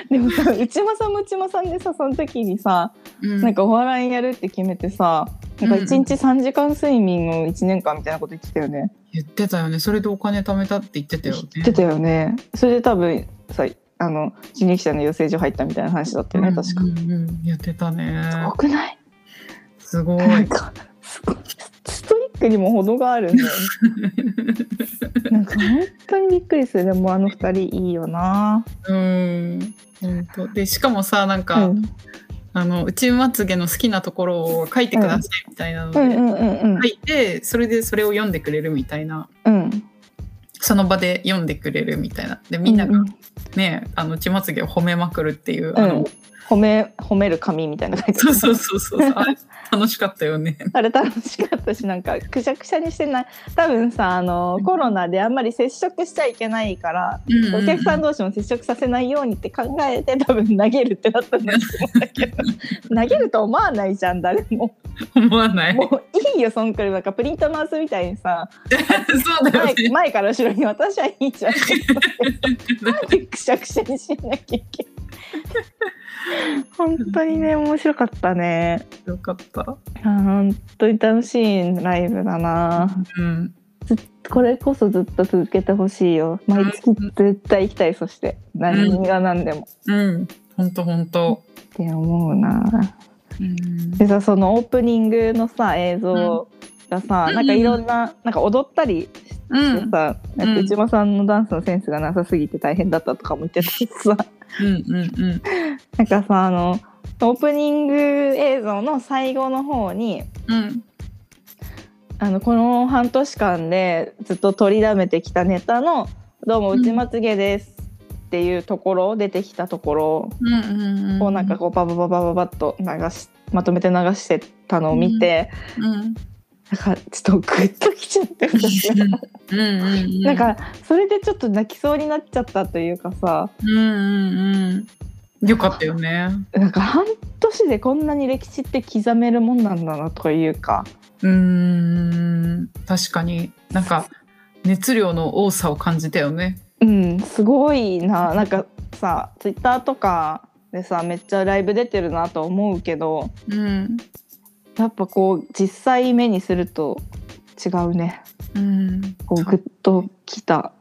でもさ内間さんも内間さんでさその時にさなんかお笑いやるって決めてさなんか1日3時間睡眠を1年間みたいなこと言ってたよね。
言ってたよねそれでお金貯めたって言ってたよね
言ってたよね。それで多分さあの人力車の養成所入ったみたいな話だったよね確か。
うんうんうん言ってたね
すごくない
すごい
なんかすごいストイックにも程があ るんだよね。なんか本当にびっくりするでもあの二人いいよな。
うん本当でしかもさなん
う
か、
ん
あのうちまつげの好きなところを書いてくださいみたいなので、
うんうんうんうん
書いてそれでそれを読んでくれるみたいな
うん。
その場で読んでくれるみたいなでみんな
う
が
う
ね、あのうちまつげを褒めまくるっていう、あの
うん褒め褒める紙みたいなの書いてあ
そう
る
そうそうそうあれ楽しかったよね
あれ楽しかったしなんかくしゃくしゃにしてない多分さあのコロナであんまり接触しちゃいけないから、お客さん同士も接触させないようにって考えて多分投げるってなったんだと思うんだけど投げると思わないじゃん誰 も
思わない
もういいよそんくらいなんかプリント回すみたいにさ
そうだよね
前前から後ろに私はいいじゃんなんでくしゃくしゃにしなきゃい けない本当にね面白かったね
よかった
あー本当に楽しいライブだな
うん
これこそずっと続けてほしいよ毎月絶対行きたいそして何が何でも、
うんほんとほんと
って思うな
うん
でさそのオープニングのさ映像がさ、
うん
なんかいろんななんか踊ったりして
うん
さ、
ん
なんか内間さんのダンスのセンスがなさすぎて大変だったとかも言ってたしさ
うんうん
なんかさあのオープニング映像の最後の方に
うん
あのこの半年間でずっと取りだめてきたネタの「どうも
うん
内まつげです」っていうところ出てきたところ
うんうんうん
をなんかこうババババババッと流しまとめて流してたのを見て、
うん
なんかちょっとグッときちゃって私は
うんう ん
なんかそれでちょっと泣きそうになっちゃったというかさ
うんうんうんよかったよね
なんか半年でこんなに歴史って刻めるもんなんだなというか
うーん確かになんか熱量の多さを感じたよね
うんすごいななんかさツイッターとかでさめっちゃライブ出てるなと思うけど
うん
やっぱこう実際目にすると違うね
うん
こうグッときた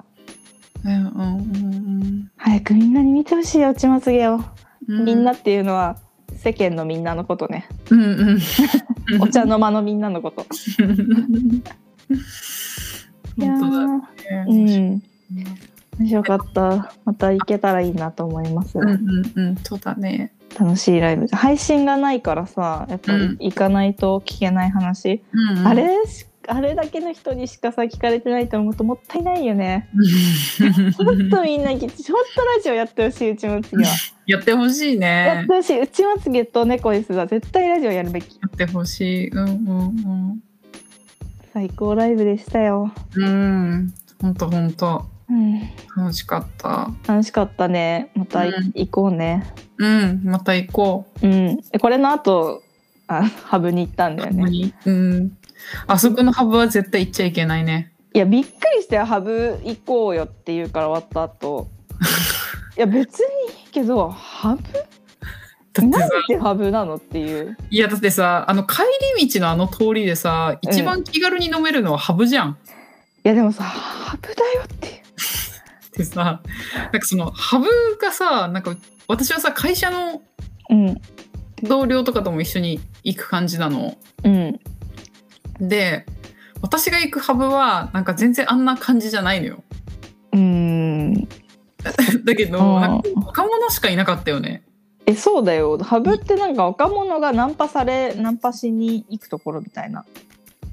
うんうんうん
早くみんなに見てほしいよちまつげを、
うん
みんなっていうのは世間のみんなのことね
うんうん
お 茶の間のみんなのこと
本当だね
いやーうん面白かったまた行けたらいいなと思います、
うんうんうん、そうだね。
楽しいライブ配信がないからさやっぱ
うん
行かないと聞けない話、
うんうん
あれしあれだけの人にしかさ聞かれてないと思うともったいないよねもっとみんなきちょっとラジオやってほしいうちも次は、
やってほしい
やっ
ね
て。ほしいうちも次と猫ですは絶対ラジオやるべき
やってほしい。うんうん
最高ライブでしたよ
うん。うん。本当本当
うん
楽しかった。
楽しかったねまたい
うん
行こうね
うん。また行こう。
うんえこれの後あハブに行ったんだよ
本当
ね
にうん。あそこのハブは絶対行っちゃいけないね。
いやびっくりしてハブ行こうよって言うから終わった 後いや別にいいけどハブ
だって
な
さ
ん、でハブなのっていう
いやだってさ、あの帰り道のあの通りでさ、一番気軽に飲めるのはハブじゃん。
いやでもさハブだよっていう
でさ、なんかそのハブがさ、なんか私はさ、会社の
うん
同僚とかとも一緒に行く感じなの。
うん
で、私が行くハブは、なんか全然あんな感じじゃないのよ。
うん
だけど、
うん
なんか若者しかいなかったよね。
えそうだよハブってなんか若者がナンパされナンパしに行くところみたいな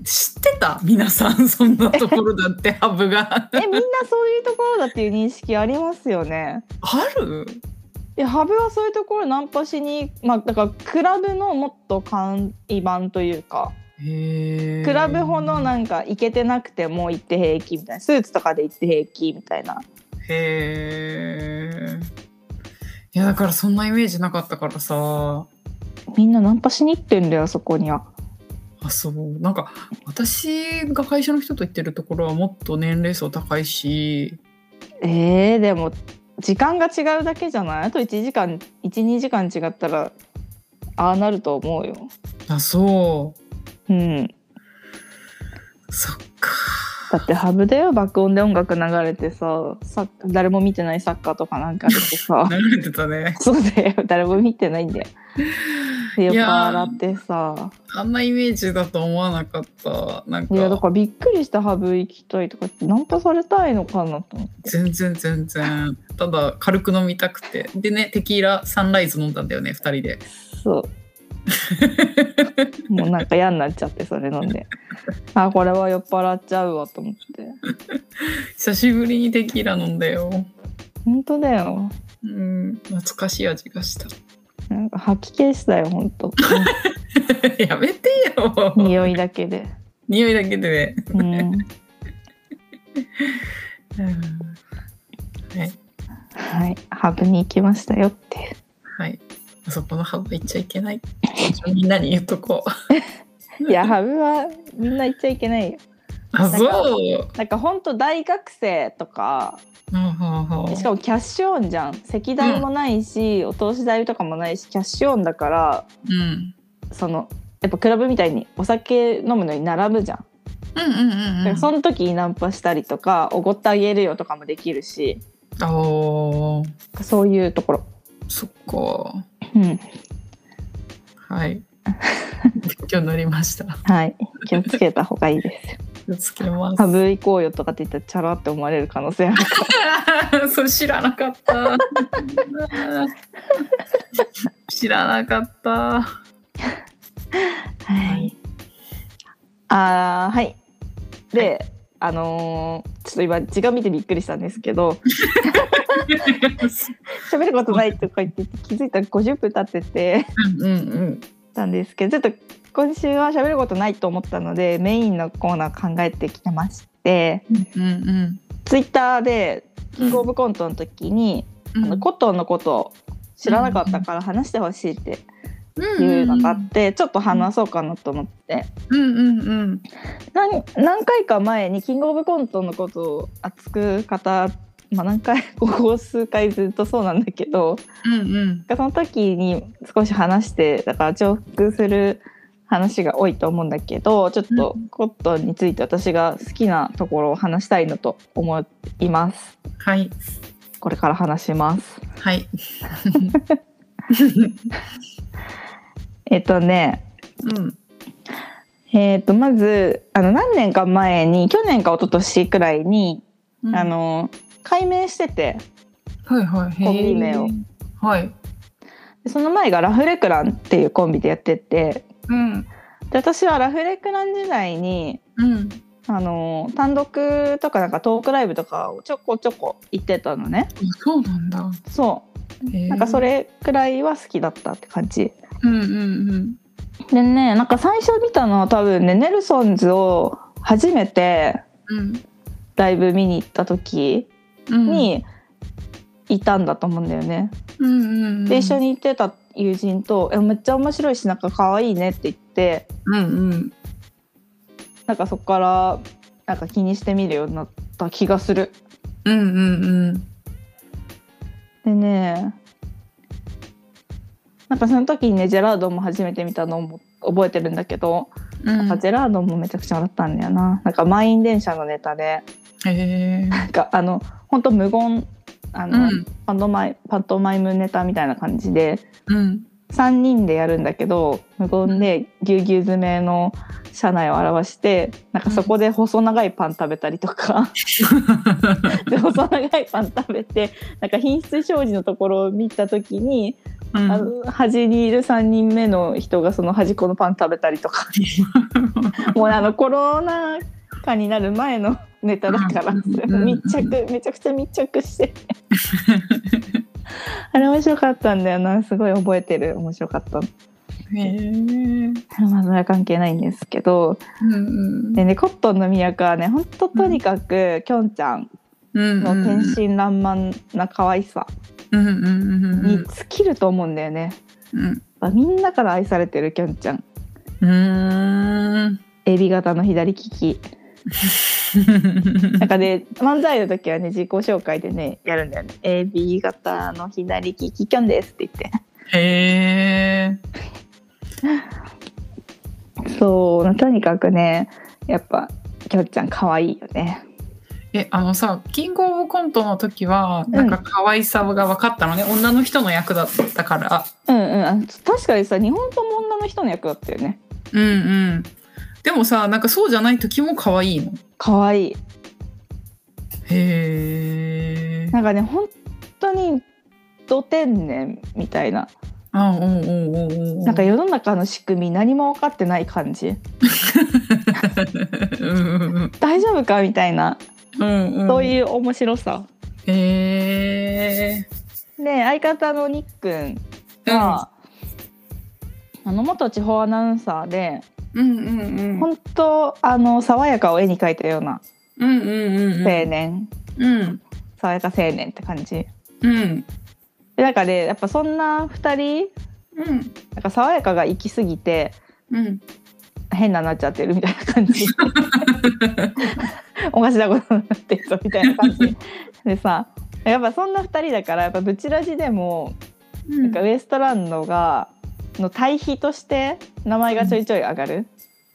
知ってた皆さん、そんなところだって、ハブが。
えみんなそういうところだっていう認識ありますよね
ある
いやハブはそういうところナンパしにまあだからクラブのもっと簡易版というか
へー
クラブほどなんか行けてなくても行って平気みたいなスーツとかで行って平気みたいな
へえ。いや、だからそんなイメージなかったからさ。
みんなナンパしに行ってんだよそこには
あ、そう。なんか、私が会社の人と行ってるところはもっと年齢層高いし、
えー、でも時間が違うだけじゃないあと1時間12時間違ったらああなると思うよ
あ、そ
うん
う。そっか。
だってハブだよ爆音で音楽流れてささ誰も見てないサッカーとかなんかでて さ
慣れてたね。
そうだよ誰も見てないんだよ。で
い
酔っ
やー
払ってさ
あんなイメージだと思わなかった。なん
いやだ
か、
からびっくりしたハブ行きたいとかってナンパされたいのかなと思って
全然全然。ただ、軽く飲みたくて。でね、テキーラサンライズ飲んだんだよね、二人で。
そうもうなんか嫌になっちゃってそれ飲んであこれは酔っ払っちゃうわと思って
久しぶりにテキーラ飲んだよ。
本当だよ
うん、懐かしい味がした。
なんか吐き気したよ本 当
やめてよ。
匂いだけで、
匂いだけでね。
うん、
はい。
はいハブに行きましたよっていう
はい。あそこのハブ行っちゃいけない。みんなに言っとこう。
いやハブはみんな行っちゃいけないよ
あ、そう。
なんか本当大学生とか
うんうんうん
しかもキャッシュオンじゃん石代もないし、お通し代とかもないしキャッシュオンだから
うん。
そのやっぱクラブみたいにお酒飲むのに並ぶじゃん、
うんうん
だ
うん
か
う
ら
ん。
その時にナンパしたりとかおごってあげるよとかもできるし
おー
そういうところ
そっか。
うん
はい。勉強になりました。
はい気をつけた方がいいですよ
気をつけます
ハ。ブ行こうよとかって言ったらチャラって思われる可能性ある
それ知らなかった。 知らなかった。
はいあーはいで、あのーちょっと今時間見てびっくりしたんですけど喋ることないとか言って気づいたら50分経ってて
うんうん
たんですけどちょっと今週は喋ることないと思ったのでメインのコーナー考えてきてまして
うんうん
ツイッターで
う
キン
ん
グオブコントの時に、あのコットンのことを知らなかったから話してほしいっていうのがあって、ちょっと話そうかなと思って
うんうんうん
何何回か前にキングオブコントのことを熱く語まあ何回 ここ数回ずっとそうなんだけど
うんうん
その時に少し話してだから重複する話が多いと思うんだけどちょっとコットンについて私が好きなところを話したいなと思います
はい
これから話します
はい
えっとね
うん
えっとまずあの何年か前に去年か一昨年くらいに、あの改名してて
はいはい
コンビ名を
へーはい
でその前がラフレクランっていうコンビでやってて
うん
で私はラフレクラン時代に
うん。
あの単独とかなんかトークライブとかをちょこちょこ行ってたのね
そうなんだ。
そ
えー
うなんかそ。れくらいは好きだったって感じ
うんうんうん。
でねなんか最初見たのは多分ねネルソンズを初めて
うん。
ライブ見に行った時
うん、
にいたんだと思うんだよね、
うんうんうん、
で一緒。に行ってた友人と「えめっちゃ面白いしなんか可愛いね」って言って
うんうん。
なんかそこからなんか気にしてみるようになった気がする
うんうんうん。
でねなんかその時にねジェラードンも初めて見たのも覚えてるんだけど、
うん
なんかジェラードンもめちゃくちゃ笑ったんだよななんか満員電車のネタで
へえ。
なんかあの本当無言あ
う
の、
ん
パントマイパントマイムネタみたいな感じで
うん
3人でやるんだけど無言でぎゅうぎゅう詰めの車内を表してなんかそこで細長いパン食べたりと か、で細長いパン食べてなんか品質表示のところを見た時に
うん。
あの端にいる3人目の人がその端っこのパン食べたりと かもうあのコロナ禍になる前のネタだから
うん
それも密着めちゃくちゃ密着 してあれ面白かったんだよなすごい覚えてる面白かった
へえ。うん
まあそれは関係ないんですけど
うん。
でねコットンの宮川はねほんととにかくきょんちゃん
うん
の天真爛漫な可愛さ
うんうんうんうん
に尽きると思うんだよね、
うん
まあみんなから愛されてるきょんちゃん
うんう
エビ型の左利き
ーん
なんかね、漫才の時はね、自己紹介でね、やるんだよね。AB 型の左利きキョンですって言
へ
っ
え
て。そう、とにかくね、やっぱ、キョンちゃん可愛いよね。
えあのさキングオブコントの時はなんか可愛さが分かったのね、女の人の役だったから
うんうんあ。確かにさ、日本とも女の人の役だったよね。
うんうんでもさなんかそうじゃない時も可愛いの
可愛い。
へえ
なんかね、本当に、ど天然みたいな。
あおうおうおうおう
なんか世の中の仕組み何も分かってない感じ。
うんうん
大丈夫かみたいな。
うんうん
そう
う
いう面白さ。
んへえ
で、相方のニックンが、あの元地方アナウンサーで
うんうんうん
本当あの爽やかを絵に描いたような
うんうんうんう
青
ん
年、
うん
爽やか青年って感じ
うん
でなんかねやっぱそんな2人
うん
なんか爽やかが行き過ぎて
うん
変ななっちゃってるみたいな感 じおかしなことになってるぞみたいな感じでさやっぱそんな2人だからやっぱブチラジでも
な
なんかウエストランドがの対比として名前がちょいちょい上がる。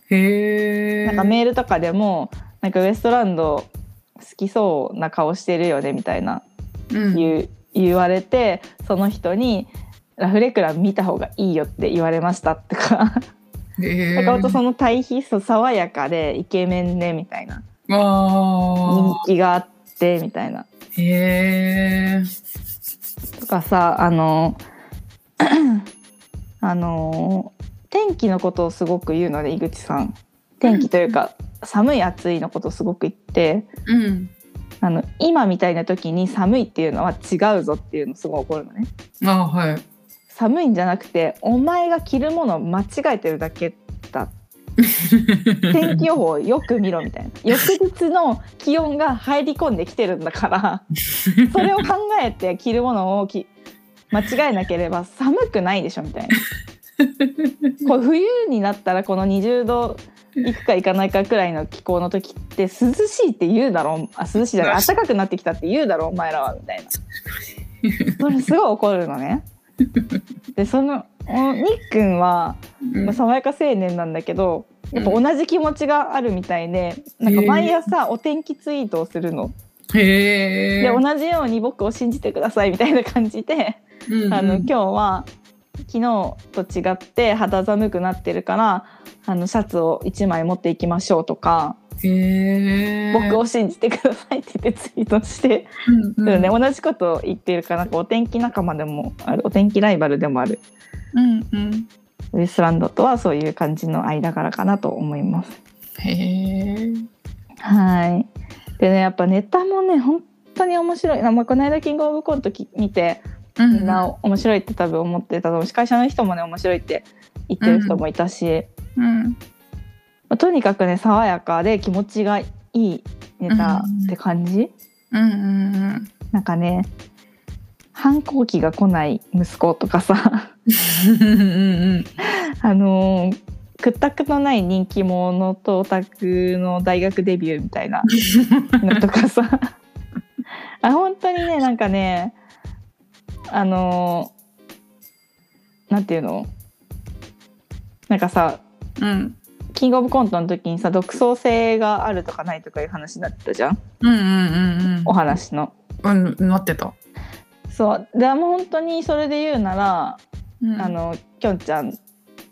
へえ。
なんかメールとかでもなんかウエストランド好きそうな顔してるよねみたいな
うん、
言う言われてその人に「ラフレクラン見た方がいいよ」って言われましたとか
へ
な
え。
んかほんとその対比そう爽やかでイケメンねみたいな人
あ
気があってみたいな
ーへえ。
とかさあの あの天気のことをすごく言うので井口さん天気というか寒い暑いのことをすごく言って。
うん。
あの今みたいな時に寒いっていうのは違うぞっていうのすごい怒るのね
あはい。
寒いんじゃなくてお前が着るものを間違えてるだけ天気予報をよく見ろみたいな翌日の気温が入り込んできてるんだからそれを考えて着るものをき間違えなければ寒くないでしょみたいなこう冬になったらこの20度いくかいかないかくらいの気候の時って涼しいって言うだろうあ涼しいじゃない暖かくなってきたって言うだろうお前らはみたいなそれすごい怒るのね。でそのおニッくんは
うん
まあ爽やか青年なんだけどやっぱ同じ気持ちがあるみたいで、
うん
なんか毎朝お天気ツイートをするの、
へえ。
で同じように僕を信じてくださいみたいな感じで、
うんうん
あの今日は昨日と違って肌寒くなってるからあのシャツを1枚持っていきましょうとか、
へえ。
僕を信じてくださいって言ってツイートして、
うんうん
でもね、同じことを言ってるからなんかお天気仲間でもあるお天気ライバルでもある
うんうん。
ウエストランドとはそういう感じの間柄かなと思います。
へえ。
はい。でね、やっぱネタもね、本当に面白い。まあ、この間キングオブコントき見て、
う
みんな面白いって多分思ってたと思うし、会社の人もね、面白いって言ってる人もいたし、
うん。
まあとにかくね、爽やかで気持ちがいいネタって感じ。
うんうんうん。
なんかね、反抗期が来ない息子とかさ、
うん
あのー屈託のない人気者とオタクの大学デビューみたい なのとかさ あ本当にねなんかねあのーなんていうのなんかさ
うん。
キングオブコントの時にさ独創性があるとかないとかいう話になってたじゃん
うんうん
お話の。
うんうん。うん、なってた。
そうでもう本当にそれで言うなら、
うん
あ、のきょんちゃんっ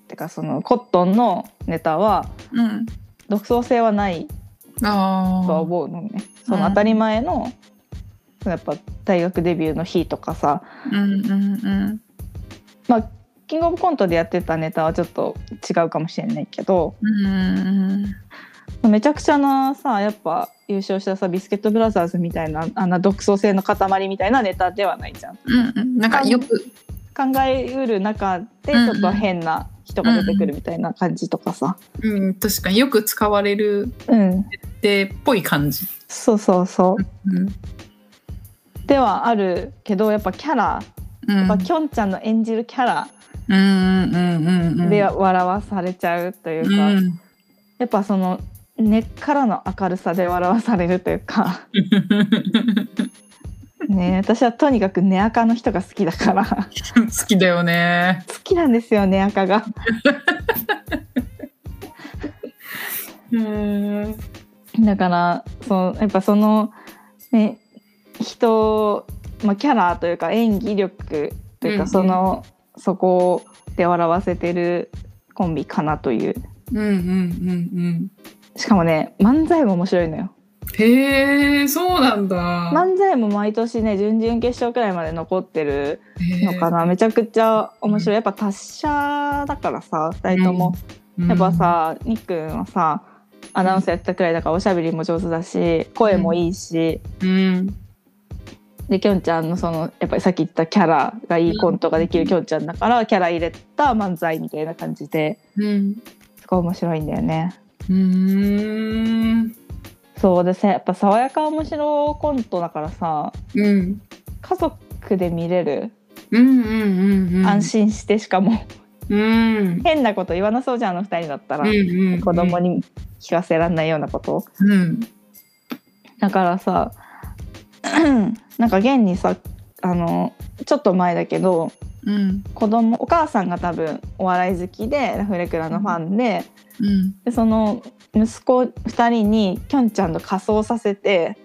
てかそのコットンのネタは
うん。
独創性はない
ああ。
とは思うのね、
うん
その当たり前のそのやっぱ大学デビューの日とかさ
うんうん
まあキングオブコントでやってたネタはちょっと違うかもしれないけど
うん。うんうん
めちゃくちゃなさやっぱ優勝したさビスケットブラザーズみたいなあんな独創性の塊みたいなネタではないじゃん。
うんうん。なんかよく。
考えうる中でち
うんう
ょ
ん
っと変な人が出てくるみたいな感じとかさ。
うん、確かによく使われる
うん、
でっぽい感じ。
そうそうそう
うん。
ではあるけどやっぱキャラ
うん。
やっぱきょんちゃんの演じるキャラ
うんうんうんうん。
で笑わされちゃうといううか、
ん。
やっぱその根っからの明るさで笑わされるというか ね私はとにかく根赤の人が好きだから 好
好きだよね。
きなんですよ根赤が。
うん。
だからそのやっぱそのね人、まあ、キャラというか演技力という
うんうん
かその、そこで笑わせてるコンビかなという
うんうんうん
しかもね漫才も面白いのよ
うん。へえ、そうなんだ。
漫才も毎年ね準々決勝くらいまで残ってる
へー
のかな、めちゃくちゃ面白いやっぱ達者だからさ2人とも、やっぱ、さニックンはさアナウンサーやってたくらいだからおしゃべりも上手だし声もいいし、
うん、
できょんちゃんのそのやっぱりさっき言ったキャラがいいコントができるきょんちゃんだからキャラ入れた漫才みたいな感じで
うん、
すごい面白いんだよね。
うーん、
そうでさやっぱ爽やか面白コントだからさ
うん、
家族で見れる
うん、うん、うん、
安心してしかも
うん、うん、
変なこと言わなそうじゃんあの2人だったら、
うん、
子供に聞かせられないようなことを。
うん、
だからさ なんか現にさあのちょっと前だけど
うん、
子供お母さんが多分お笑い好きでラフレクラのファンで
うん、
でその息子2人にきょんちゃんと仮装させ て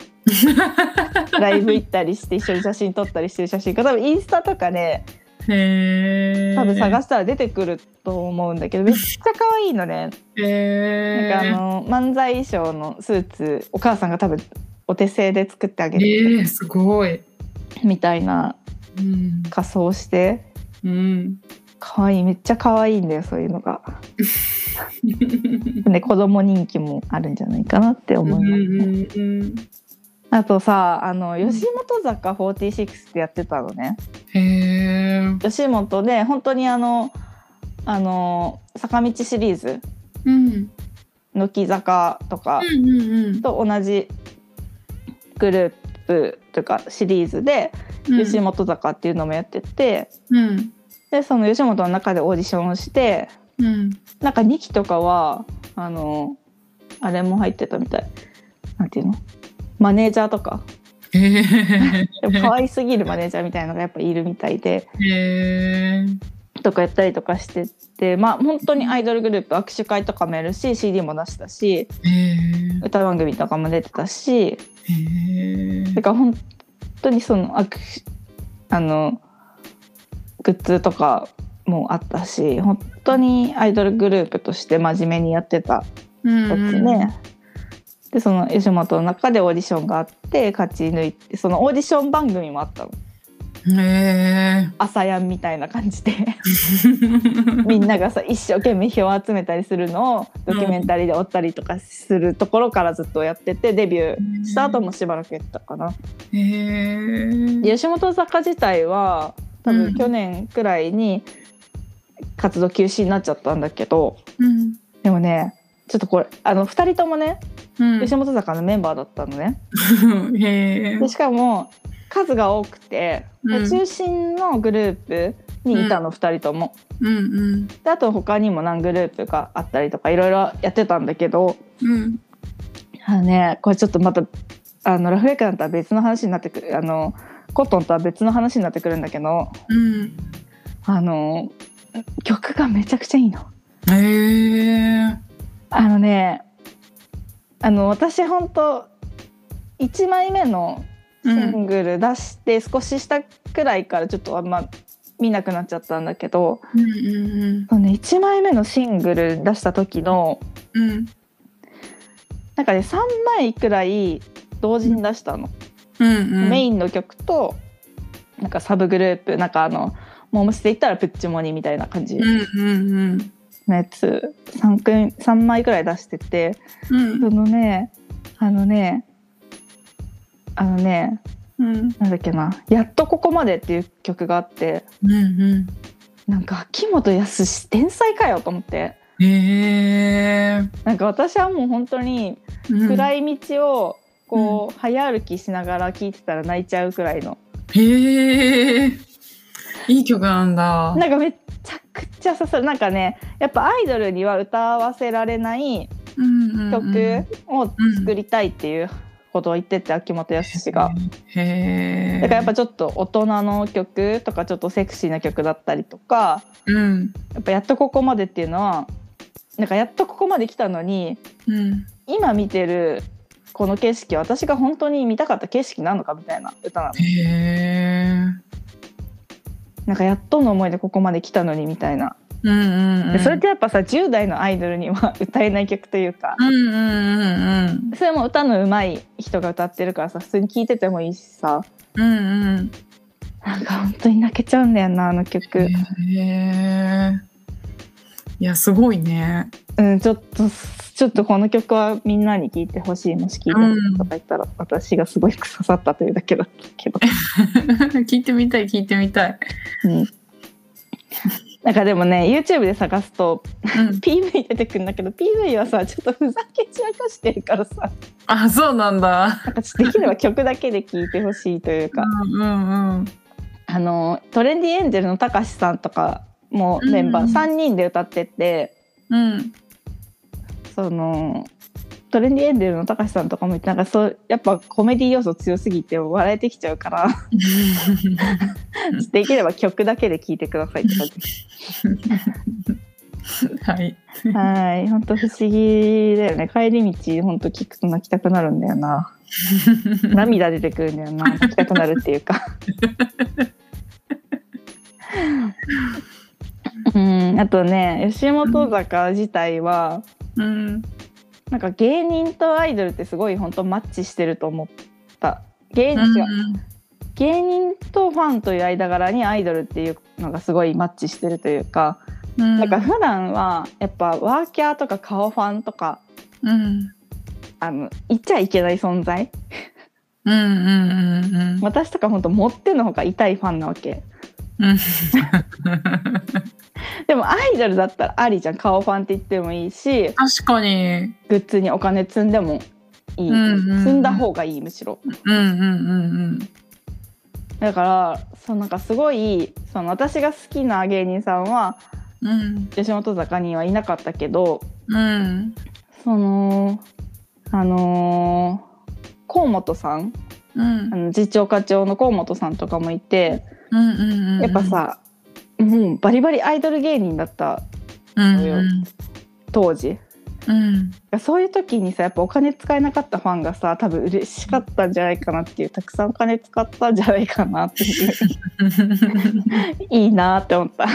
ライブ行ったりして一緒に写真撮ったりしてる写真が多分インスタとかで
へえ、
多分探したら出てくると思うんだけどめっちゃ可愛いのね。
へ
なん
え、
かあの漫才衣装のスーツお母さんが多分お手製で作ってあげる
へえ、すごい、
みたいな
うん、
仮装して
うん、
可愛いめっちゃ可愛いんだよそういうのがで子供人気もあるんじゃないかなって思います、ね
うん、うん、
あとさあの吉本坂46ってやってたのね
へえ、
吉本で本当にあのあの坂道シリーズ
うん、
乃木坂とか
うん、うん、
と同じグループというかシリーズで
うん、
吉本坂っていうのもやってて、
うん、
でその吉本の中でオーディションをして
うん、
なんか2期とかはあのあれも入ってたみたいなんていうのマネージャーとか
へえ、
でも可愛すぎるマネージャーみたいなのがやっぱいるみたいで
へえ、
とかやったりとかしててまあ本当にアイドルグループ握手会とかもやるし CD も出したし
へえ、
歌番組とかも出てたし
へえ
だ。から本当にその握手あのグッズとかもあったし本当にアイドルグループとして真面目にやってた
うん
やつね。でその吉本の中でオーディションがあって勝ち抜いてそのオーディション番組もあったの。
へえ。
朝やんみたいな感 じでみんながさ一生懸命票を集めたりするのをドキュメンタリーで追ったりとかするところからずっとやっててデビューした後もしばらくやったかな。
へえ。
吉本坂自体は多
う
分
ん
去年くらいに活動休止になっちゃったんだけど
うん。
でもねちょっとこれあの2人ともね
うん
吉本坂のメンバーだったのね。
へえ
で。しかも数が多くて、で
うん
中心のグループにいたの2人とも。
うんうん
であと他にも何グループがあったりとかいろいろやってたんだけど
うん。
あのねこれちょっとまたあのラフレクランとは別の話になってくるあのコットンとは別の話になってくるんだけど
うん。
あの曲がめちゃくちゃいいの。
へえ。
あのねあの私ほんと1枚目のシングル出して少ししたくらいからちょっとあんま見なくなっちゃったんだけど、
うんうん
そうね、1枚目のシングル出した時の
うん。うん。
なんかね3枚くらい同時に出したの、
うんうん。
メインの曲となんかサブグループなんかあのモームスで言ったらプッチモニみたいな感じ
うんうんうん。
のやつ 3, 組3枚くらい出してて
うん
そのねあのねあのね
うん
なんだっけな「やっとここまで」っていう曲があって
うん
なんか秋元康天才かよと思って
うん。へえ。
なんか私はもう本当に
い。
暗い道をこう早歩きしながら聴いてたら泣いちゃうくらいの
へえ。いい曲なんだ。
なんかめちゃくちゃ刺さるなんかねやっぱアイドルには歌わせられない
うんうんうん
曲を作りたいっていうことを言ってて、秋元康が。
へえ。
だからやっぱちょっと大人の曲とかちょっとセクシーな曲だったりとか
うん
やっぱやっとここまでっていうのはなんかやっとここまで来たのに
うん
今見てるこの景色は私が本当に見たかった景色なのかみたいな歌なの
へえ。
なんかやっとの思いでここまで来たのにみたいな、
うんうんう
で
ん。
それってやっぱさ10代のアイドルには歌えない曲というか、
うんうんうん
それも歌の上手い人が歌ってるからさ普通に聴いててもいいしさ
うんうんうん
なんか本当に泣けちゃうんだよなあの曲
へえいやすごいね
うんちょっとちょっとこの曲はみんなに聴いてほしいもし聴いてほしいとか言ったら、私がすごい刺さったというだけだったけど、
聞いてみたい聞いてみたい
うん、なんかでもね YouTube で探すと
うん
PV 出てくるんだけど PV はさちょっとふざけ散らかしてるからさ
あそうなんだ
なんかちょっとできれば曲だけで聴いてほしいというか
うんうんうん
あのトレンディエンジェルのたかしさんとかもメンバ
う
ー
ん
3人で歌ってて、
うん
そのトレンディエンジェルのたかしさんとかも言ってなんかそうやっぱコメディ要素強すぎて笑えてきちゃうから できれば曲だけで聴いてくださいって感じ
はい
はいほんと不思議だよね帰り道ほんと聞くと泣きたくなるんだよ な涙出てくるんだよな泣きたくなるっていう かうんあとね吉本坂自体は、
うん
なんか芸人とアイドルってすごい本当マッチしてると思った芸,、違
う
うん芸人とファンという間柄にアイドルっていうのがすごいマッチしてるというか、
うん
なんか普段はやっぱワーキャーとか顔ファンとか
うん
あの言っちゃいけない存在
うんうんうんうん
私とか本当持ってのほか痛いファンなわけ
うん
でもアイドルだったらありじゃん顔ファンって言ってもいいし
確かに
グッズにお金積んでもいい、
うんうんうん
積んだ方がいいむしろ
うんうんうん
だからそうなんかすごいその私が好きな芸人さんは
うんうん
吉本坂にはいなかったけど
うん
そのあのー河本さん
うん
あの次長課長の河本さんとかもいて
うんうんうん
やっぱ、さ、もうバリバリアイドル芸人だった
うん
のよ
うん
当時
うん、
そういう時にさやっぱお金使えなかったファンがさ多分嬉しかったんじゃないかなっていうたくさんお金使ったんじゃないかなって いういいなって思った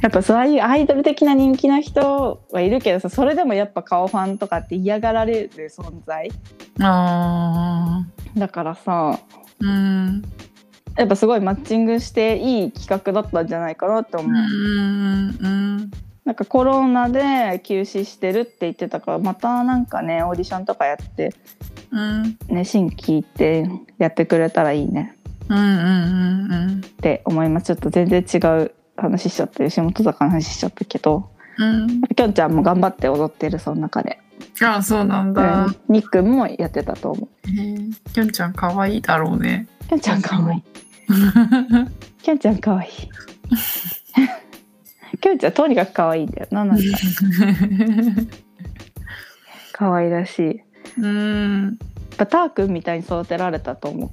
やっぱそういうアイドル的な人気な人はいるけどさそれでもやっぱ顔ファンとかって嫌がられる存在
あー
だからさ
うん
やっぱすごいマッチングしていい企画だったんじゃないかなって思う、
うんうん
なんかコロナで休止してるって言ってたからまたなんかねオーディションとかやって
うん
ね新規行ってやってくれたらいいね
うんうんうん
って思いますちょっと全然違う話しちゃって吉本坂の話しちゃったけど
うん
きょんちゃんも頑張って踊ってるその中で、
あそうなんだ、
うんにっくんもやってたと思
へえきょんちゃん可愛いだろうね
うきょんちゃんかわいいきょんちゃんかわい いきょんちゃんとにかくかわいいんだよななんかかわいらしい
うん
やっぱターくんみたいに育てられたと思う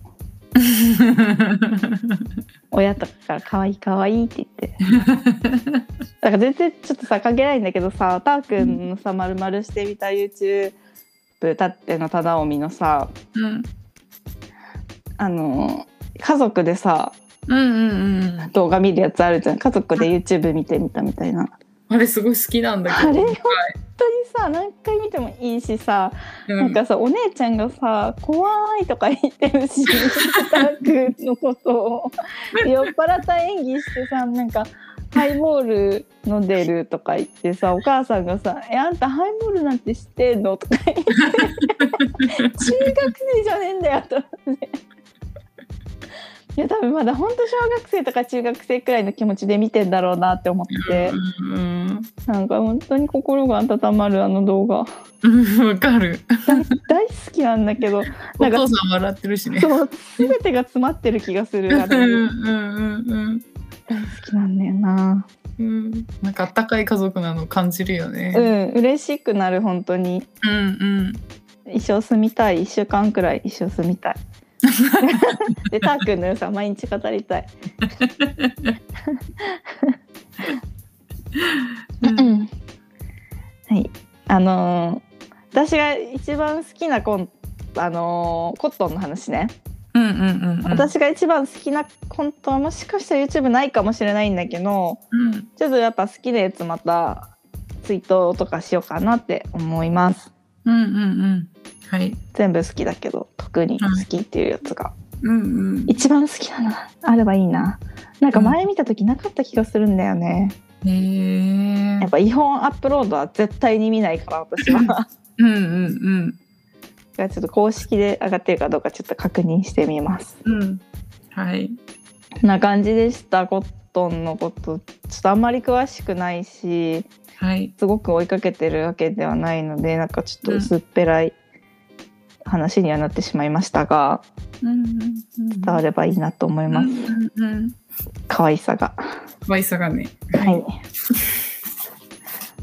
親とかから可愛い可愛いって言ってだから全然ちょっとさ関係ないんだけどさたーくんのさ丸々してみた YouTube たっての忠臣のさ
うん
あの家族でさ
うんうんうん
動画見るやつあるじゃん家族で YouTube 見てみたみたいな
あれすごい好きなんだけど
あれ本当にさ何回見てもいいしさ、
う
なんかさお姉ちゃんがさ「怖い」とか言ってるしたーくんのことを酔っ払った演技してさなんかハイボール飲んでるとか言ってさお母さんがさ「えあんたハイボールなんて知ってんの?」とか言って「中学生じゃねえんだよ」と思って。いや多分まだ本当小学生とか中学生くらいの気持ちで見てんだろうなって思って、
うん
なんか本当に心が温まるあの動画
うんわかる
大好きなんだけど
お
なんか
父さん笑ってるしね
そう全てが詰まってる気がす
う
る
ん
あ
う
れ
んうん
好きなんだよな
うんなんかあったかい家族なの感じるよね
うん嬉しくなる本当に
うんうん
一生住みたい1週間くらい一生住み たいでたーくんの良さ毎日語りたい、うんはいあのー私が一番好きなコンあのーコットンの話ね、
うんうんうん
私が一番好きなコントはもしかしたら YouTube ないかもしれないんだけど
うん
ちょっとやっぱ好きなやつまたツイートとかしようかなって思います
うんうんうんはい
全部好きだけど特に好きっていうやつが、
うんうん
一番好きなのあればいいななんか前見た時なかった気がするんだよね、
へえ
やっぱ違法アップロードは絶対に見ないから私 はだか
うんうん
らちょっと公式で上がってるかどうかちょっと確認してみます
うんうんはい
こんな感じでしたコットンのことちょっとあんまり詳しくないし
はい
すごく追いかけてるわけではないのでなんかちょっと薄っぺらい話にはなってしまいましたが、
うんうんうん
伝わればいいなと思います、
うんうんうん
可愛さが
可愛さがね
はい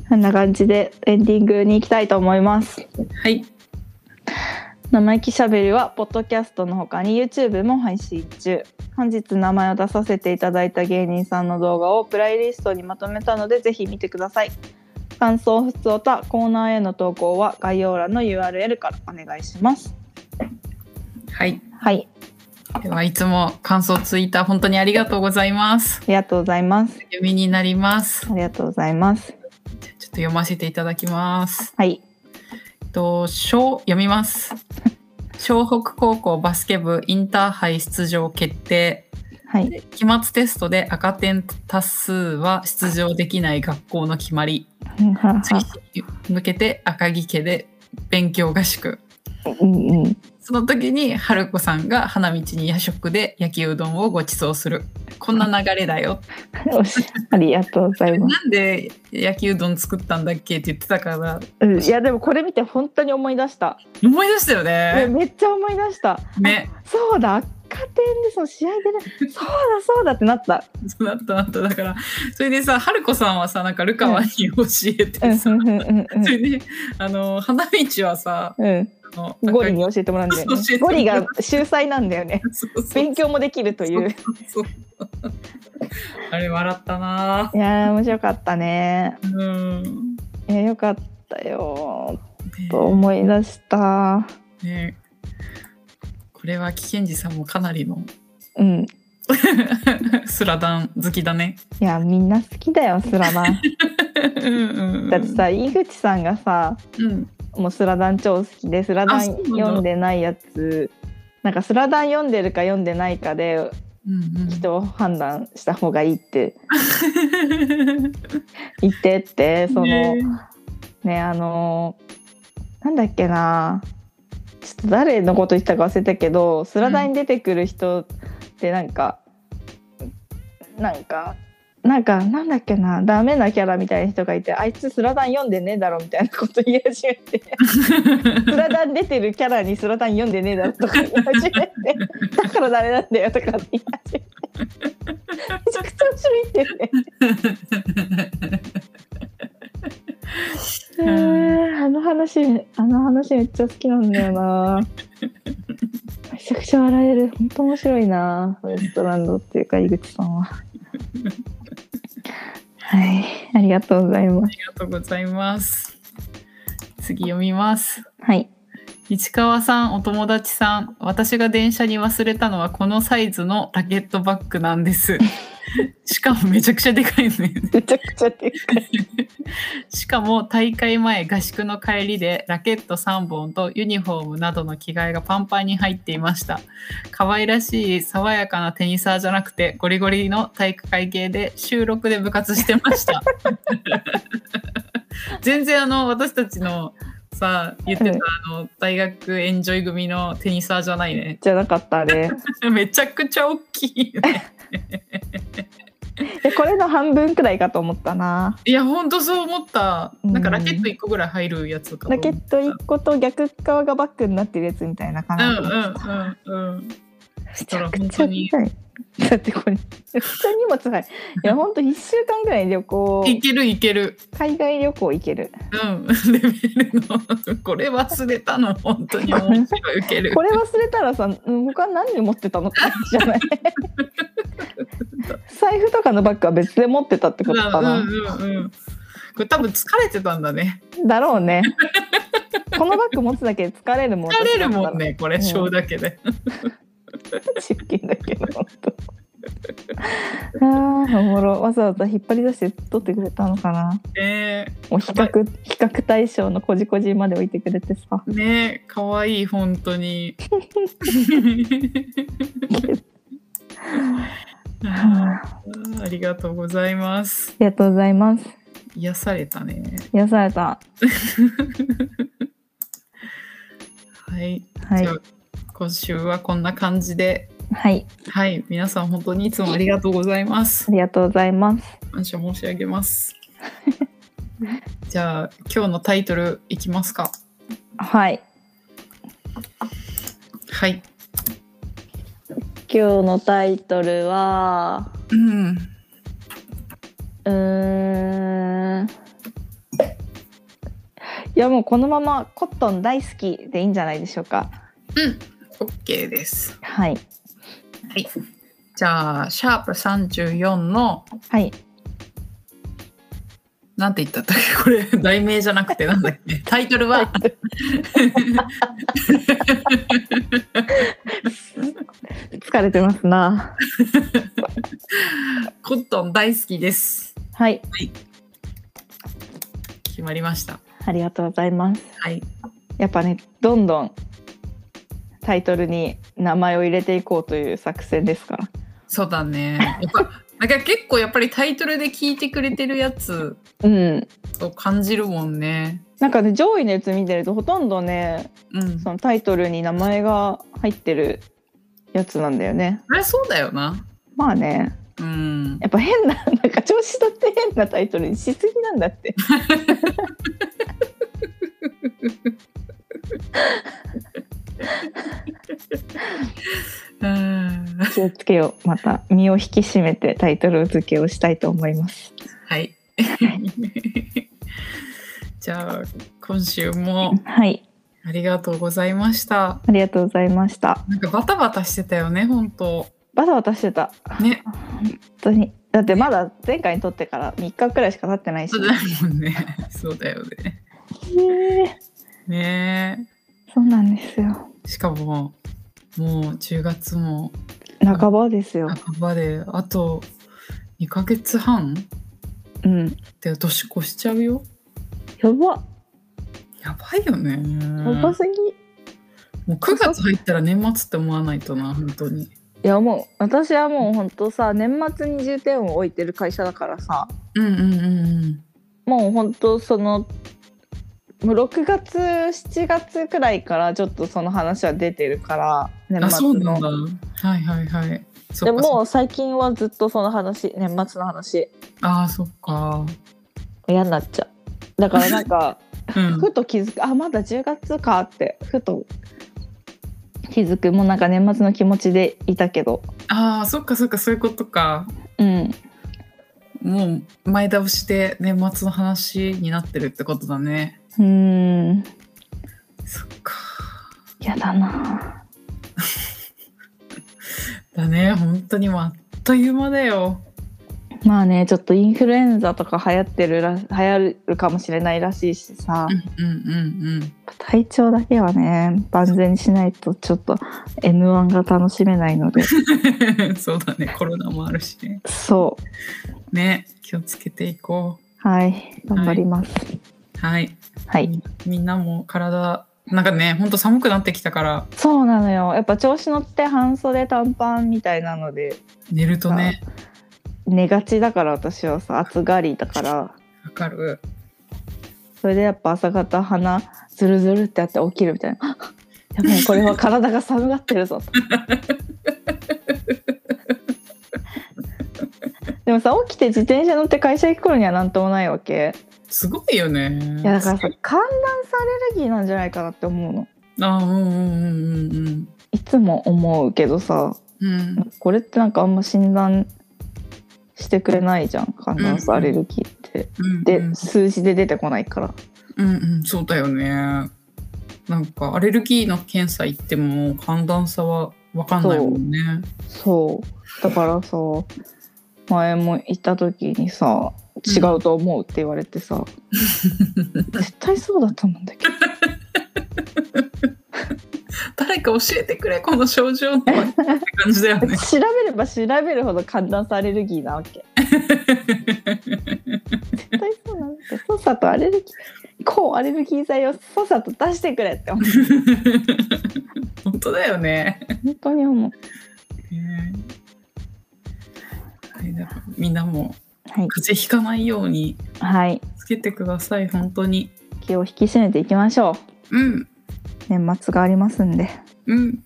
こんな感じでエンディングに行きたいと思います
はい
生意気しゃべりはポッドキャストの他に YouTube も配信中本日名前を出させていただいた芸人さんの動画をプライリストにまとめたのでぜひ見てください感想不通たコーナーへの投稿は概要欄の URL からお願いします
はい
はい
ではいつも感想ツイッター本当にありがとうございます
ありがとうございます。
読みになります
ありがとうございます。
じゃあちょっと読ませていただきます
はい。
えっと小読みます湘北高校バスケ部インターハイ出場決定
はい。
期末テストで赤点多数は出場できない学校の決まり追試に向けて赤木家で勉強合宿
うんうん。
その時に春子さんが花道に夜食で焼きうどんをご馳走するこんな流れだよ
おし、ありがとうございます。
なんで焼きうどん作ったんだっけって言ってたから
うん、いや、でも、これ見て、本当に思い出した。
思い出したよ
いや
ね
めっちゃ思い出した。
ね
そうだ、赤点で、その試合でね。そうだ、そうだってなった。
そうなったなっただからそれでさ春子さんはさなんかルカワに教え
うん、
て
う
さ、
ん、うん、うん、
それであの花道はさ
うん。
あの
うん。ゴリに教えてもらうんだよね
そう教え。ても
ゴ
らう
リが秀才なんだよね。
そうそうそう
勉強もできるという。
そうそうあれ笑ったない
やー、面白かったね。
うん
いや、よかったよ。と思い出した。
ねこれは危険児さんもかなりの
うん。
スラダン好きだね
いや、みんな好きだよ、ス ラダン。だってさ、井口さんがさ、
うん
もうスラダン超好きで、スラダ
あ
ン
そうなんだ
読んでないやつなんかスラダン読んでるか読んでないかで
うんうん
人を判断した方がいいって言ってってそのね
ね
あのなんだっけなちょっと誰のこと言ってたか忘れたけどスラダンに出てくる人ってなんか、なんか。なんかなんだっけなダメなキャラみたいな人がいてあいつスラダン読んでねえだろみたいなこと言い始めてスラダン出てるキャラにスラダン読んでねえだろとか言い始めてだからダメなんだよとかって言い始めてめちゃくちゃ面白いってねえーあの話あの話めっちゃ好きなんだよなめちゃくちゃ笑える本当面白いなウエストランドっていうか井口さんははいありがとうございます
ありがとうございます。次読みます。
はい
市川さん、お友達さん、私が電車に忘れたのはこのサイズのラケットバッグなんです。しかもめちゃくちゃでかいのよね。
めちゃくちゃでかい
しかも大会前合宿の帰りでラケット3本とユニフォームなどの着替えがパンパンに入っていました可愛らしい爽やかなテニサーじゃなくてゴリゴリの体育会系で収録で部活してました 全然あの私たちのさ言ってたあの大学エンジョイ組のテニサーじゃないね
じゃなかったあ れ
めちゃくちゃ大きい、ね、
えこれの半分くらいかと思ったない
やほんとそう思ったなんかラケット1個ぐらい入るやつかと
ラ
思った
ケット1個と逆側がバッグになってるやつみたいな感
う
じ、
んうんうんうん。
めち
た
ゃ
ら
く
本
ちゃ
当
で
に
かいだってこれめちゃくちゃ荷物入るいや本当一週間ぐらい旅行
いけるいける。
海外旅行行ける
うん。 レベルのこれ忘れたの本当に面白い受ける
こ。れ忘れたらさうん他何持ってたのかじゃない財布とかのバッグは別で持ってたって
う
こ
ん
とかな、
うんうんうん。これ多分疲れてたんだね。
だろうねこのバッグ持つだけで疲れるもん
疲れるもん
ね
ねこ
う
れ
ん
小だけで。
出勤だけど本当あーおもろわざわざ引っ張り出して取ってくれたのかな
ね
もう比較比較対象のこじこじまで置いてくれてさ
えねえ可愛い本当に。 あ
あ
ーありがとうございます。
りがとうございます
癒されたね。
癒された
はい。
はい
じゃあ今週はこんな感じで
はい
はい、皆さん本当にいつもありがとうございます
あ。りがとうございます
感謝申し上げ ます。じゃあ今日のタイトルいきますか。
はい
はい。
今日のタイトルは
うん。
うーんいやもうこのままコットン大好きでいいんじゃないでしょうか
オッケーです。
はい
はい。じゃあシャープ三十四の
はい
なんて言ったんだっけ これ題名じゃなくてなんだっ けタイトルは
疲れてますな
コットン大好きです。
はい
決まりました。
ありがとうございます
はい。
やっぱねどんどんタイトルに名前を入れていこうという作戦ですから
そうだね。やっぱなんか結構やっぱりタイトルで聞いてくれてるやつ
うん
を感じるもんね。
なんかね上位のやつ見てるとほとんどね
うん。
そのタイトルに名前が入ってるやつなんだよね
あれそうだよな。
まあね
うん。
やっぱ変ななんか調子取って変なタイトルにしすぎなんだって
うん
気をつけようまた身を引き締めてタイトル付けをしたいと思います
はい。 じゃあ今週も
はい
ありがとうございました。
ありがとうございました
なんかバタバタしてたよね本当。
バタバタしてた
ね。
本当にだってまだ前回に撮ってから3日くらいしか経ってないし
そうだもんね。そうだよね。
へえ
ね
そうなんですよ。
え。しかももう10月も
半ばですよ。
半ばであと2ヶ月半
うん。
で年越しちゃうよ。
やば。
やばいよね。
やばすぎ。
もう9月入ったら年末って思わないとな本当に
いやもう私はもうほんとさ年末に重点を置いてる会社だからさ
うんうんうん
もうほんとそのもう6月7月くらいからちょっとその話は出てるから
うんあ
年
そ
末
うなん
の
だはいはいはいそ
で
っかそ
もう最近はずっとその話年末の話
あーそっか
嫌になっちゃうだからなんか
うん
ふと気づくあまだ10月かってふと気づくもうなんか年末の気持ちでいたけど
あーそっかそっかそういうことか
うん
もう前倒しで年末の話になってるってことだね
うーん
そっか
嫌だな
だね本当にもうあっという間だよ
まあねちょっとインフルエンザとか流行ってるら流行るかもしれないらしいしさ、
うんうんうんうん
体調だけはね万全にしないとちょっと m 1が楽しめないの で
そうだねコロナもあるしね
そ
ね気をつけていこ
うはい頑張ります
うはい
はい、
みみんなも体なんかねほんと寒くなってきたから
そうなのよやっぱ調子乗って半袖短パンみたいなので
寝るとね
寝がちだから私はさ暑がりだから
わかる
それでやっぱ朝方鼻ズルズルってやって起きるみたいな やばいこれは体が寒がってるぞ でもさ起きて自転車乗って会社行く頃には何ともないわけ
すごいよね
いやだからさ寒暖差アレルギーなんじゃないかなって思うの
あーうんうんうんうん
いつも思うけどさ
うんうん
これってなんかあんま診断してくれないじゃん寒暖差アレルギーって、
うん
で、
うん
数字で出てこないから
うんうんそうだよねなんかアレルギーの検査行っても寒暖差はわかんないもんね
そうだからさ前も行った時にさ違うと思うって言われてさ、絶対そうだと思うんだけど
誰か教えてくれこの症状のって感じだよね
調べれば調べるほど寒暖差アレルギーなわけ絶対そうなんだってさっさとアレルギー抗アレルギー剤をさっさと出してくれって思う
本当だよね
本当に思う
ねはいだからみんなも
はい、
風邪ひかないように
はい、
つけてください本当に
気を引き締めていきましょう
うん
年末がありますんで
うん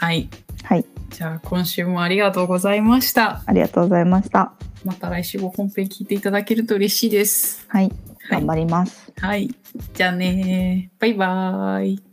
はい
はい
じゃあ今週もありがとうございました
ありがとうございました
また来週も本編聞いていただけると嬉しいです
はい
は
頑
い、
張ります、
はい、じゃあねバイバイ